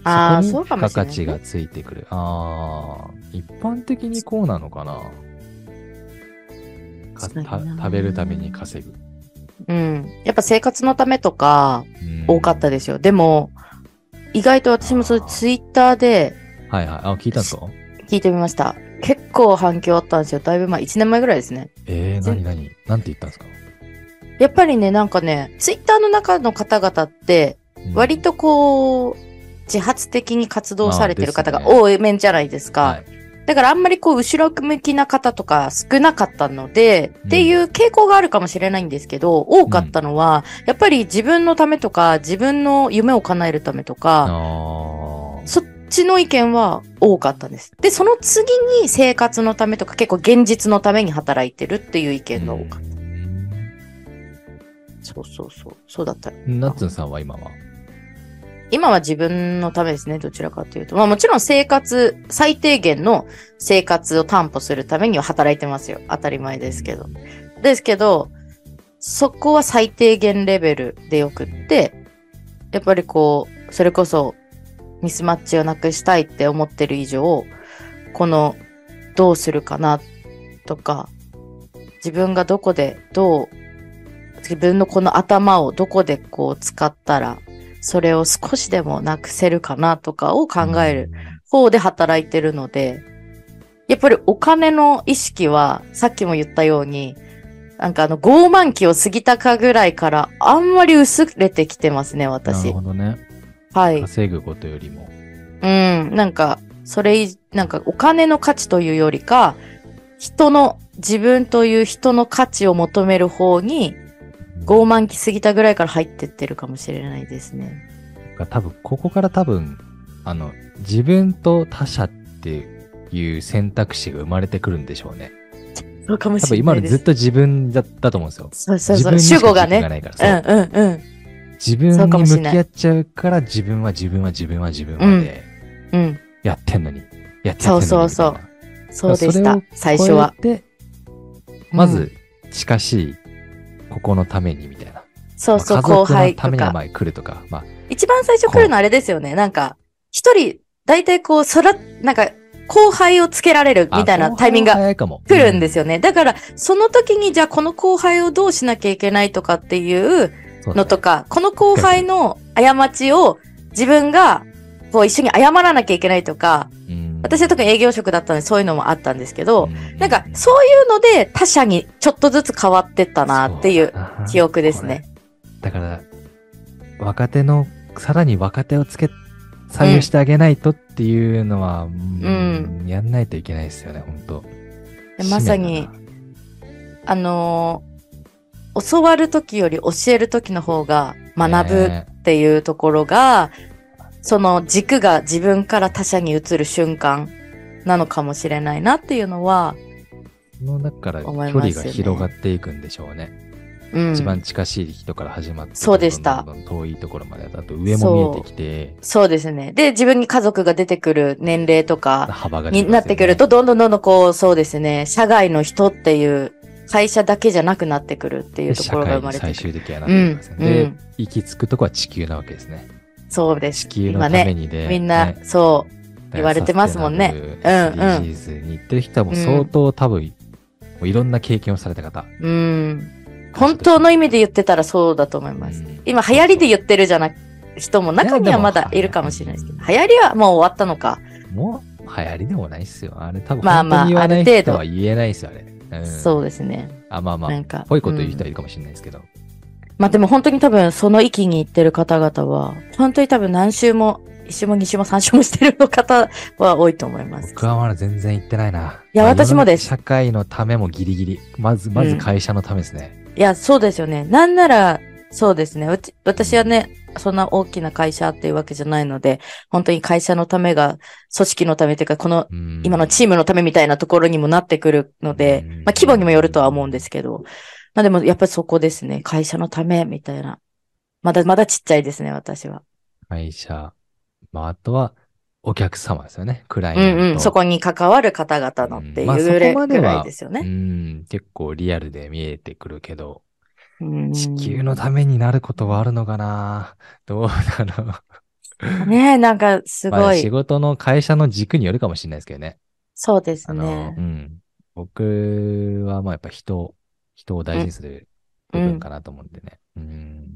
[SPEAKER 1] ああ、そ
[SPEAKER 2] そこ
[SPEAKER 1] う
[SPEAKER 2] に
[SPEAKER 1] か
[SPEAKER 2] 付
[SPEAKER 1] も
[SPEAKER 2] 加
[SPEAKER 1] しれ
[SPEAKER 2] 価
[SPEAKER 1] ない。
[SPEAKER 2] 値がついてくる。ああ、一般的にこうなのかなか
[SPEAKER 1] そうだ
[SPEAKER 2] た
[SPEAKER 1] な
[SPEAKER 2] 食べるために稼ぐ。
[SPEAKER 1] うん。やっぱ生活のためとか、多かった
[SPEAKER 2] で
[SPEAKER 1] ですよ。でも、意外と私もそれ
[SPEAKER 2] あー。
[SPEAKER 1] ツイッターです
[SPEAKER 2] はいはい。あ、聞いたぞ。
[SPEAKER 1] 聞いてみました。結構反響あったんですよ。だいぶ前、1年前ぐらいですね。
[SPEAKER 2] えー、なになになんて言ったんですか
[SPEAKER 1] やっぱりね、なんかね、ツイッターの中の方々って、割、とこう、自発的に活動されてる方が
[SPEAKER 2] まあです
[SPEAKER 1] 多い面じゃないです
[SPEAKER 2] うん
[SPEAKER 1] か。だからあんまりこう後ろ向きな方とか少なかったので、
[SPEAKER 2] うん
[SPEAKER 1] っていう傾向があるかもしれないんですけど、多かったのは、やっぱり自分のためとか、自分の夢を叶えるためとか、
[SPEAKER 2] あ
[SPEAKER 1] そっちの意見は多かったんです。で、その次に生活のためとか、結構現実のために働いてるっていう意見が多かった。
[SPEAKER 2] あ。
[SPEAKER 1] そうそうそう。そうだった。
[SPEAKER 2] ナッツンさんは今は
[SPEAKER 1] 今は自分のためですね、どちらかというと。まあもちろん生活、最低限の生活を担保するためには働いてますよ。当たり前ですけど。ですけど、そこは最低限レベルでよくって、やっぱりこう、それこそミスマッチをなくしたいって思ってる以上、この、どうするかなとか、自分がどこでどう、自分のこの頭をどこでこう使ったら、それを少しでもなくせるかなとかを考える。方で働いてるので、やっぱりお金の意識は、さっきも言ったように、なんかあの、傲慢期を過ぎたかぐらいから、あんまり薄れてきてますね、
[SPEAKER 2] なる
[SPEAKER 1] 私
[SPEAKER 2] ほ。どね。
[SPEAKER 1] はい。
[SPEAKER 2] 稼ぐことよりも。
[SPEAKER 1] うん。なんか、それい、なんかお金の価値というよりか、人の、自分という人の価値を求める方に、傲慢期過ぎたぐらいから入ってってるかもしれないですね。
[SPEAKER 2] が多分ここから多分あの自分と他者っていう選択肢が生まれてくるんでしょうね。
[SPEAKER 1] そうかも
[SPEAKER 2] 多
[SPEAKER 1] し
[SPEAKER 2] 分
[SPEAKER 1] れ
[SPEAKER 2] 今
[SPEAKER 1] な
[SPEAKER 2] の
[SPEAKER 1] いで
[SPEAKER 2] ずっ
[SPEAKER 1] す。
[SPEAKER 2] と自分だだと思うんですよ。
[SPEAKER 1] そうそう
[SPEAKER 2] 自
[SPEAKER 1] そ
[SPEAKER 2] 分
[SPEAKER 1] う。
[SPEAKER 2] にし
[SPEAKER 1] 主
[SPEAKER 2] か
[SPEAKER 1] 語が
[SPEAKER 2] 自分
[SPEAKER 1] ね。
[SPEAKER 2] がないから、
[SPEAKER 1] うん
[SPEAKER 2] そう
[SPEAKER 1] うんうん。
[SPEAKER 2] 自分
[SPEAKER 1] そうかも
[SPEAKER 2] に
[SPEAKER 1] し
[SPEAKER 2] 向
[SPEAKER 1] れない
[SPEAKER 2] き合っちゃうから自分は自分は自分は自分まで
[SPEAKER 1] うん。
[SPEAKER 2] やってんのに、やってん
[SPEAKER 1] そ
[SPEAKER 2] の
[SPEAKER 1] う
[SPEAKER 2] に
[SPEAKER 1] そうそう
[SPEAKER 2] みたいな
[SPEAKER 1] そうでし
[SPEAKER 2] それ
[SPEAKER 1] た
[SPEAKER 2] を。
[SPEAKER 1] 最初は。
[SPEAKER 2] こうやってま
[SPEAKER 1] う
[SPEAKER 2] ず近しいここのためにみたいな。
[SPEAKER 1] そうそう、
[SPEAKER 2] まあ
[SPEAKER 1] 後輩
[SPEAKER 2] 家族のた
[SPEAKER 1] と
[SPEAKER 2] めには
[SPEAKER 1] か。
[SPEAKER 2] 前来るとか、まあ
[SPEAKER 1] 一番最初来るのあれですよね。なんか、一人、大体こう、そら、なんか、後輩をつけられるみたいなタイミングが
[SPEAKER 2] が来
[SPEAKER 1] 来るんですよね。だから、その時に、じゃあこの後輩をどうしなきゃいけないとかっていうのとか、この後輩の過ちを自分が、こう一緒に謝らなきゃいけないとか、私は特に営業職だったのでそういうのもあったんですけど、なんか、そういうので他者にちょっとずつ変わってったなっていう記憶ですね。
[SPEAKER 2] だから、若手の、さらに若手をつけ、採用してあげないとっていうのは、うんやんないといけないですよね、本当
[SPEAKER 1] でまさに、あのー教わる時より教える時の方が学ぶっていうところが、その軸が自分から他者に移る瞬間なのかもしれないなっていうのは、
[SPEAKER 2] の、だから、距
[SPEAKER 1] 思い
[SPEAKER 2] 離
[SPEAKER 1] ますよね
[SPEAKER 2] が広がっていくんでしょうね。
[SPEAKER 1] うん、
[SPEAKER 2] 一番近しい人から始まって、
[SPEAKER 1] そうでした
[SPEAKER 2] どんどんどんどん遠いところまで、あと上も見えてきて、
[SPEAKER 1] そうですね。で、自分に家族が出てくる年齢とか
[SPEAKER 2] 幅が出
[SPEAKER 1] になってくると、どんどんどんどんこう、そうですね、社外の人っていう、会社だけじゃなくなってくるっていうところが生まれ
[SPEAKER 2] 社会
[SPEAKER 1] て
[SPEAKER 2] に
[SPEAKER 1] くる。
[SPEAKER 2] 最終的にはな
[SPEAKER 1] う
[SPEAKER 2] ってき
[SPEAKER 1] ん
[SPEAKER 2] ますよ、ねで、
[SPEAKER 1] うん、
[SPEAKER 2] 行き着くとこは地球なわけですね。
[SPEAKER 1] そうです。
[SPEAKER 2] 地球のためにで、
[SPEAKER 1] みんな、
[SPEAKER 2] ね
[SPEAKER 1] そう、言われてますもんね。
[SPEAKER 2] う
[SPEAKER 1] うんんうん
[SPEAKER 2] う。
[SPEAKER 1] ん
[SPEAKER 2] SDGs に行ってる人はもう相当多分、もういろんな経験をされた方。
[SPEAKER 1] うん。本当の意味で言ってたらそうだと思います。今、流行りで言
[SPEAKER 2] っ
[SPEAKER 1] ってるじゃな人も中にはまだいるかもしれないですけど、流行りはもう終わったのか。
[SPEAKER 2] もう流行りでもないっすよ。あれ多分、
[SPEAKER 1] まあ
[SPEAKER 2] 本当
[SPEAKER 1] まあ
[SPEAKER 2] に言わない
[SPEAKER 1] ある程
[SPEAKER 2] 人
[SPEAKER 1] 度
[SPEAKER 2] は言えないっすよ、あれ。うん、
[SPEAKER 1] そうですね。
[SPEAKER 2] あ、まあま
[SPEAKER 1] な
[SPEAKER 2] あ、
[SPEAKER 1] んか。
[SPEAKER 2] ぽいこと言う人
[SPEAKER 1] う
[SPEAKER 2] は
[SPEAKER 1] ん
[SPEAKER 2] いるかもしれないですけど。
[SPEAKER 1] まあでも本当に多分その域に行ってる方々は、本当に多分何週も、一週も二週も三週もしてるの方は多いと思います。
[SPEAKER 2] 僕はまだ全然行ってないな。
[SPEAKER 1] いや
[SPEAKER 2] まあ
[SPEAKER 1] 私もです
[SPEAKER 2] 世の中社会のためもギリギリ。まず、まず会社のためですね。
[SPEAKER 1] いや、そうですよね。なんなら、そうですね。うち、私はね、そんな大きな会社っていうわけじゃないので、本当に会社のためが、組織のためというか、この
[SPEAKER 2] うん
[SPEAKER 1] 今のチームのためみたいなところにもなってくるので
[SPEAKER 2] うん、
[SPEAKER 1] まあ規模にもよるとは思うんですけど、まあでもやっぱりそこですね。会社のためみたいな。まだまだちっちゃいですね、私は。
[SPEAKER 2] 会社。まあ、あとは、お客様ですよね。クライ
[SPEAKER 1] う
[SPEAKER 2] アン
[SPEAKER 1] ん
[SPEAKER 2] ト。
[SPEAKER 1] うん。そこに関わる方々のって
[SPEAKER 2] う
[SPEAKER 1] い
[SPEAKER 2] んまあ
[SPEAKER 1] うぐ
[SPEAKER 2] そこまでは
[SPEAKER 1] らいですよ
[SPEAKER 2] う
[SPEAKER 1] ね。
[SPEAKER 2] ん、結構リアルで見えてくるけど、
[SPEAKER 1] うん
[SPEAKER 2] 地球のためになることはあるのかなどうだろう。
[SPEAKER 1] ねえ、なんか す
[SPEAKER 2] ま
[SPEAKER 1] ご
[SPEAKER 2] あ仕
[SPEAKER 1] い。
[SPEAKER 2] 事の会社の軸によるかもしれないですけどね。
[SPEAKER 1] そうです
[SPEAKER 2] あの、
[SPEAKER 1] ね
[SPEAKER 2] う。ん。僕はまあやっぱ人を、人を大事にする部分かなと思うんでね。うん。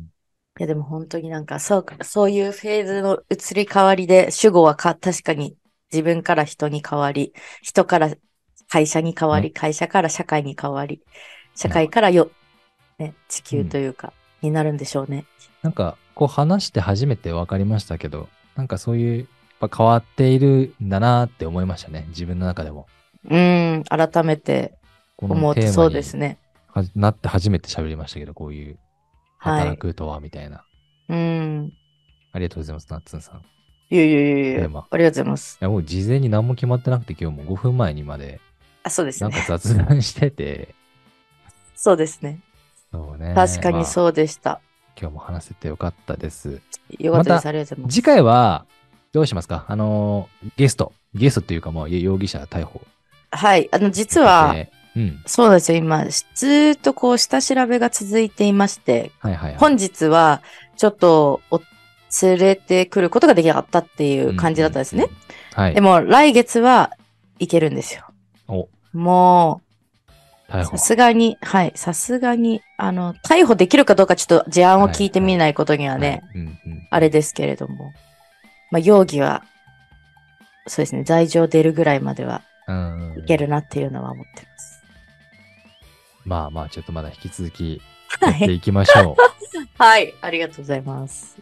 [SPEAKER 1] いやでも本当になんか、そうか、そういうフェーズの移り変わりで、主語はか、確かに自分から人に変わり、人から会社に変わり、会社から社会に変わり、社会からよ、ね、地球というか、になるんでしょうね。
[SPEAKER 2] なんか、こう話して初めて分かりましたけど、なんかそういう、やっぱ変わっているんだなって思いましたね。自分の中でも。
[SPEAKER 1] うん、改めて
[SPEAKER 2] こ
[SPEAKER 1] 思
[SPEAKER 2] の
[SPEAKER 1] う
[SPEAKER 2] テ
[SPEAKER 1] と
[SPEAKER 2] ーマ
[SPEAKER 1] そう
[SPEAKER 2] に
[SPEAKER 1] ですね。
[SPEAKER 2] はなって初めて喋りましたけど、こういう
[SPEAKER 1] はい
[SPEAKER 2] 働くとはみたいな。
[SPEAKER 1] うん。
[SPEAKER 2] ありがとうございます、ナッツンさん。
[SPEAKER 1] い
[SPEAKER 2] い
[SPEAKER 1] やいやいやい
[SPEAKER 2] テ
[SPEAKER 1] や
[SPEAKER 2] ーマ
[SPEAKER 1] ありがとうございます。
[SPEAKER 2] や、もう事前に何も決まってなくて、今日も5分前にまで、
[SPEAKER 1] あ、そうです
[SPEAKER 2] なん
[SPEAKER 1] ね。
[SPEAKER 2] か雑談してて、
[SPEAKER 1] そうですね。
[SPEAKER 2] そうね。
[SPEAKER 1] 確かに
[SPEAKER 2] う、
[SPEAKER 1] そうでした。
[SPEAKER 2] 今日も話せてよかったです。
[SPEAKER 1] よかった
[SPEAKER 2] ま
[SPEAKER 1] で
[SPEAKER 2] た
[SPEAKER 1] す。ありがとうございます。
[SPEAKER 2] 次回は、どうしますかあのー、ゲスト。ゲストっていうか、もう容疑者逮捕。
[SPEAKER 1] はい。あの、実は、
[SPEAKER 2] で、うん。
[SPEAKER 1] そうなんですよ。今、ずーっとこう、下調べが続いていまして、
[SPEAKER 2] はいはい、はい。
[SPEAKER 1] 本日は、ちょっと、お連れてくることができなかったっていう感じだったんですね
[SPEAKER 2] う。んうんうん。はい。
[SPEAKER 1] でも、来月は、行けるんですよ。
[SPEAKER 2] お、
[SPEAKER 1] もう、
[SPEAKER 2] 逮捕
[SPEAKER 1] さ。すがに、はい、さすがに、あの、逮捕できるかどうか、ちょっと事案を聞いてみないことにはね、
[SPEAKER 2] はい。うんうん。
[SPEAKER 1] あれですけれども、まあ、容疑は、そうですね、罪状出るぐらいまでは
[SPEAKER 2] うん。
[SPEAKER 1] いけるなっていうのは思ってます。
[SPEAKER 2] まあまあ、ちょっとまだ引き続き やっていきましょう。
[SPEAKER 1] はい。ありがとうございます。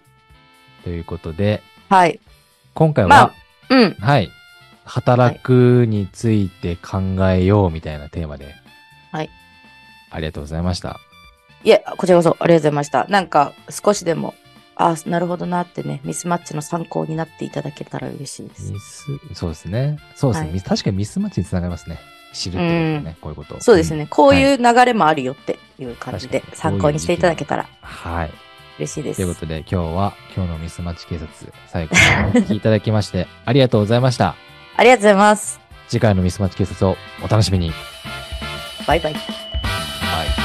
[SPEAKER 2] ということで、
[SPEAKER 1] はい。
[SPEAKER 2] 今回は、
[SPEAKER 1] まあ、うん。
[SPEAKER 2] はい。働くについて考えようみたいなテーマで。
[SPEAKER 1] はい。
[SPEAKER 2] ありがとうございました。
[SPEAKER 1] いえ、こちらこそありがとうございました。なんか、少しでも、あなるほどなってね、ミスマッチの参考になっていただけたら嬉しいです。
[SPEAKER 2] ミス、そうですね。そうですね。
[SPEAKER 1] はい
[SPEAKER 2] ミス確かにミスマッチにつながりますね。知るってことですね。こういうこと。
[SPEAKER 1] そうですね。こういうう流れもあるよっていう感じで
[SPEAKER 2] 確かに
[SPEAKER 1] 参考にしていただけたら
[SPEAKER 2] ん。はい。
[SPEAKER 1] 嬉しいです。
[SPEAKER 2] ということで、今日は今日のミスマッチ警察、最後までお聞きいただきまして、ありがとうございました。
[SPEAKER 1] ありがとうございます。
[SPEAKER 2] 次回のミスマッチ警察をお楽しみに。
[SPEAKER 1] バイバイ。
[SPEAKER 2] はい。